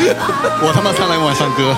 我他妈上来晚上歌，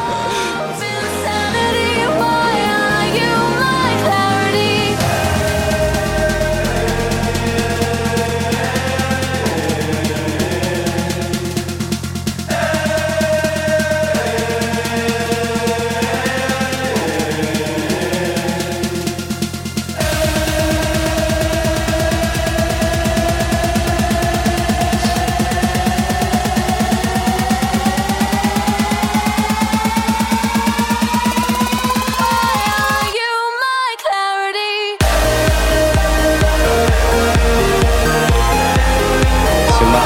行吧，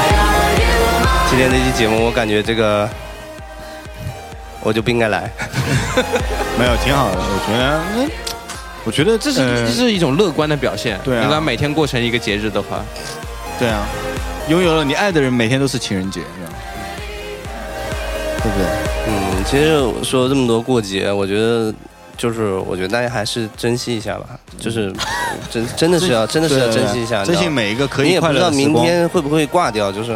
今天这期节目我感觉这个我就不应该来，
没有挺好的，我觉得，嗯我觉得这
这是这是一种乐观的表现。
对啊
如果他每天过成一个节日的话，
对啊，拥有了你爱的人每天都是情人节，是吧？对不对？
嗯，其实我说这么多过节，我觉得就是我觉得大家还是珍惜一下吧，
<laughs>
就是真真的是要真的是要珍惜一下，
珍惜
每
每一个可
你
以
也不
快
知
乐
道
的时
明
光。
天会不会挂掉，就是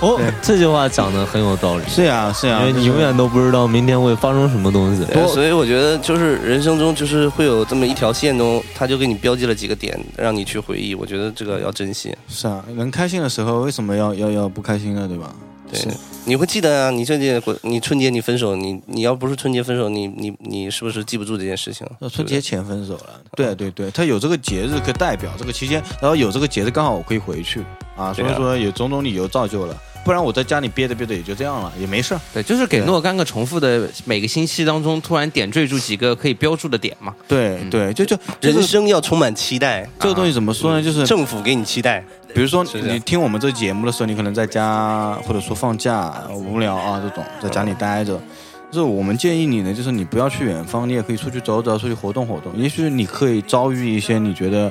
哦，啊这句话讲的很有道理，
是呀，是呀
因，为你永远都不知道明天会发生什么东西。
对，所以我觉得就是人生中就是会有这么一条线中，他就给你标记了几个点，让你去回忆。我觉得这个要珍惜。
是啊，能开心的时候为什么要要要不开心呢？对吧？
对
是，
你会记得啊，你春节你春节你分手，你你要不是春节分手，你你你是不是记不住这件事情？
那春节前分手了，对对对，他有这个节日可以代表这个期间，然后有这个节日刚好我可以回去啊，所
对啊
以说有种种理由造就了，不然我在家里憋着憋着也就这样了，也没事儿。
对，啊就是给若干个重复的每个星期当中，突然点缀住几个可以标注的点嘛。
对
嗯
对，就就
对
就
不对人
是
生要充满期待，
这个东西怎么说呢？就是
政府给你期待。
比如说
是的
你听我们这节目的时候，你可能在家或者说放假无聊啊这种，在家里待着。就是我们建议你呢，就是你不要去远方，你也可以出去走走，出去活动活动。也许你可以遭遇一些你觉得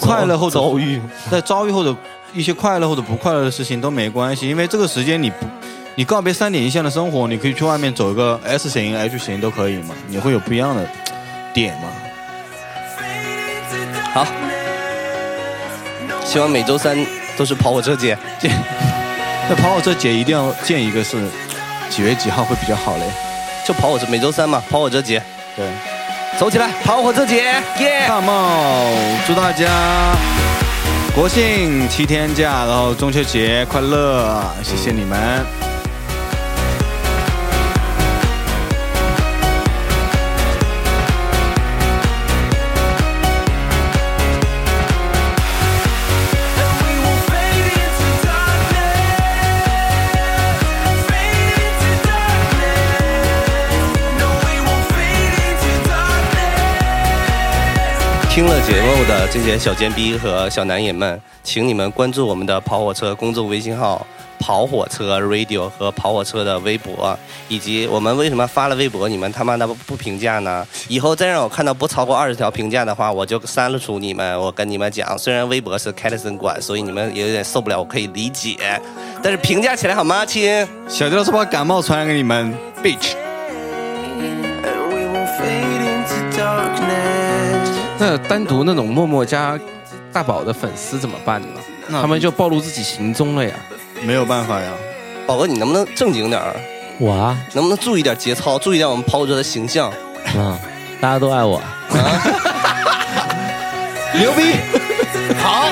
快乐或者遭 <laughs> 遇，在遭遇或者一些快乐或者不快乐的事情都没关系，因为这个时间你不，你告别三点一线的生活，你可以去外面走一个 S 型、H 型都可以嘛，你会有不一样的点嘛。
fading to dark.
好，希望每周三都是跑火车节。
那跑火车节一定要建一个是几月几号会比较好嘞？
就跑火车每周三嘛，跑火车节。
对，
走起来，跑火车节，耶！
感冒，祝大家国庆七天假，然后中秋节快乐，谢谢你们。
听了节目的这些小尖逼和小男人们，请你们关注我们的跑火车公众微信号“跑火车 Radio” 和跑火车的微博，以及我们为什么发了微博你们他妈的不评价呢？以后再让我看到不超过二十条评价的话，我就删了出你们。我跟你们讲，虽然微博是凯特森管，所以你们也有点受不了，我可以理解，但是评价起来好吗，亲？
小雕是把感冒传染给你们，bitch。
那单独那种默默加大宝的粉丝怎么办呢？
那
他们就暴露自己行踪了呀。
没有办法呀，
宝哥，你能不能正经点儿？
我啊，
能不能注意点节操，注意点我们跑火车的形象？
<laughs> 嗯，大家都爱我。
牛逼！
好，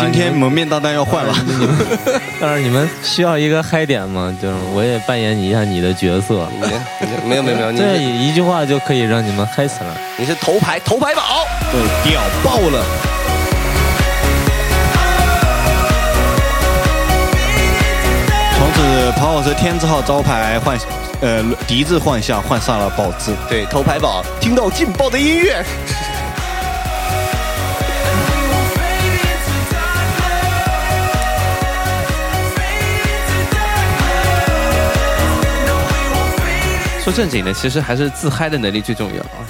今天蒙面大单要换了，
但是你们需要一个嗨点嘛，就是我也扮演一下你的角色。
没有没有没有，你
这
是
一句话就可以让你们嗨起来。
你是头牌头牌宝。
<laughs> 对，屌爆了。从此跑火车天字号招牌换，呃，笛子换下，换上了宝字。
对，头牌宝，听到劲爆的音乐。
说正经的，其实还是自嗨的能力最重要啊。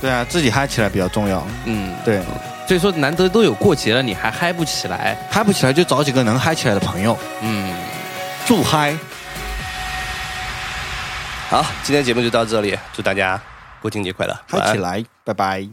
对啊，自己嗨起来比较重要。
嗯，
对，
所以说难得都有过节了，你还嗨不起来？
嗨不起来就找几个能嗨起来的朋友，
嗯，
助嗨。
好，今天节目就到这里，祝大家国庆节快乐，
嗨
晚安
起来，拜拜。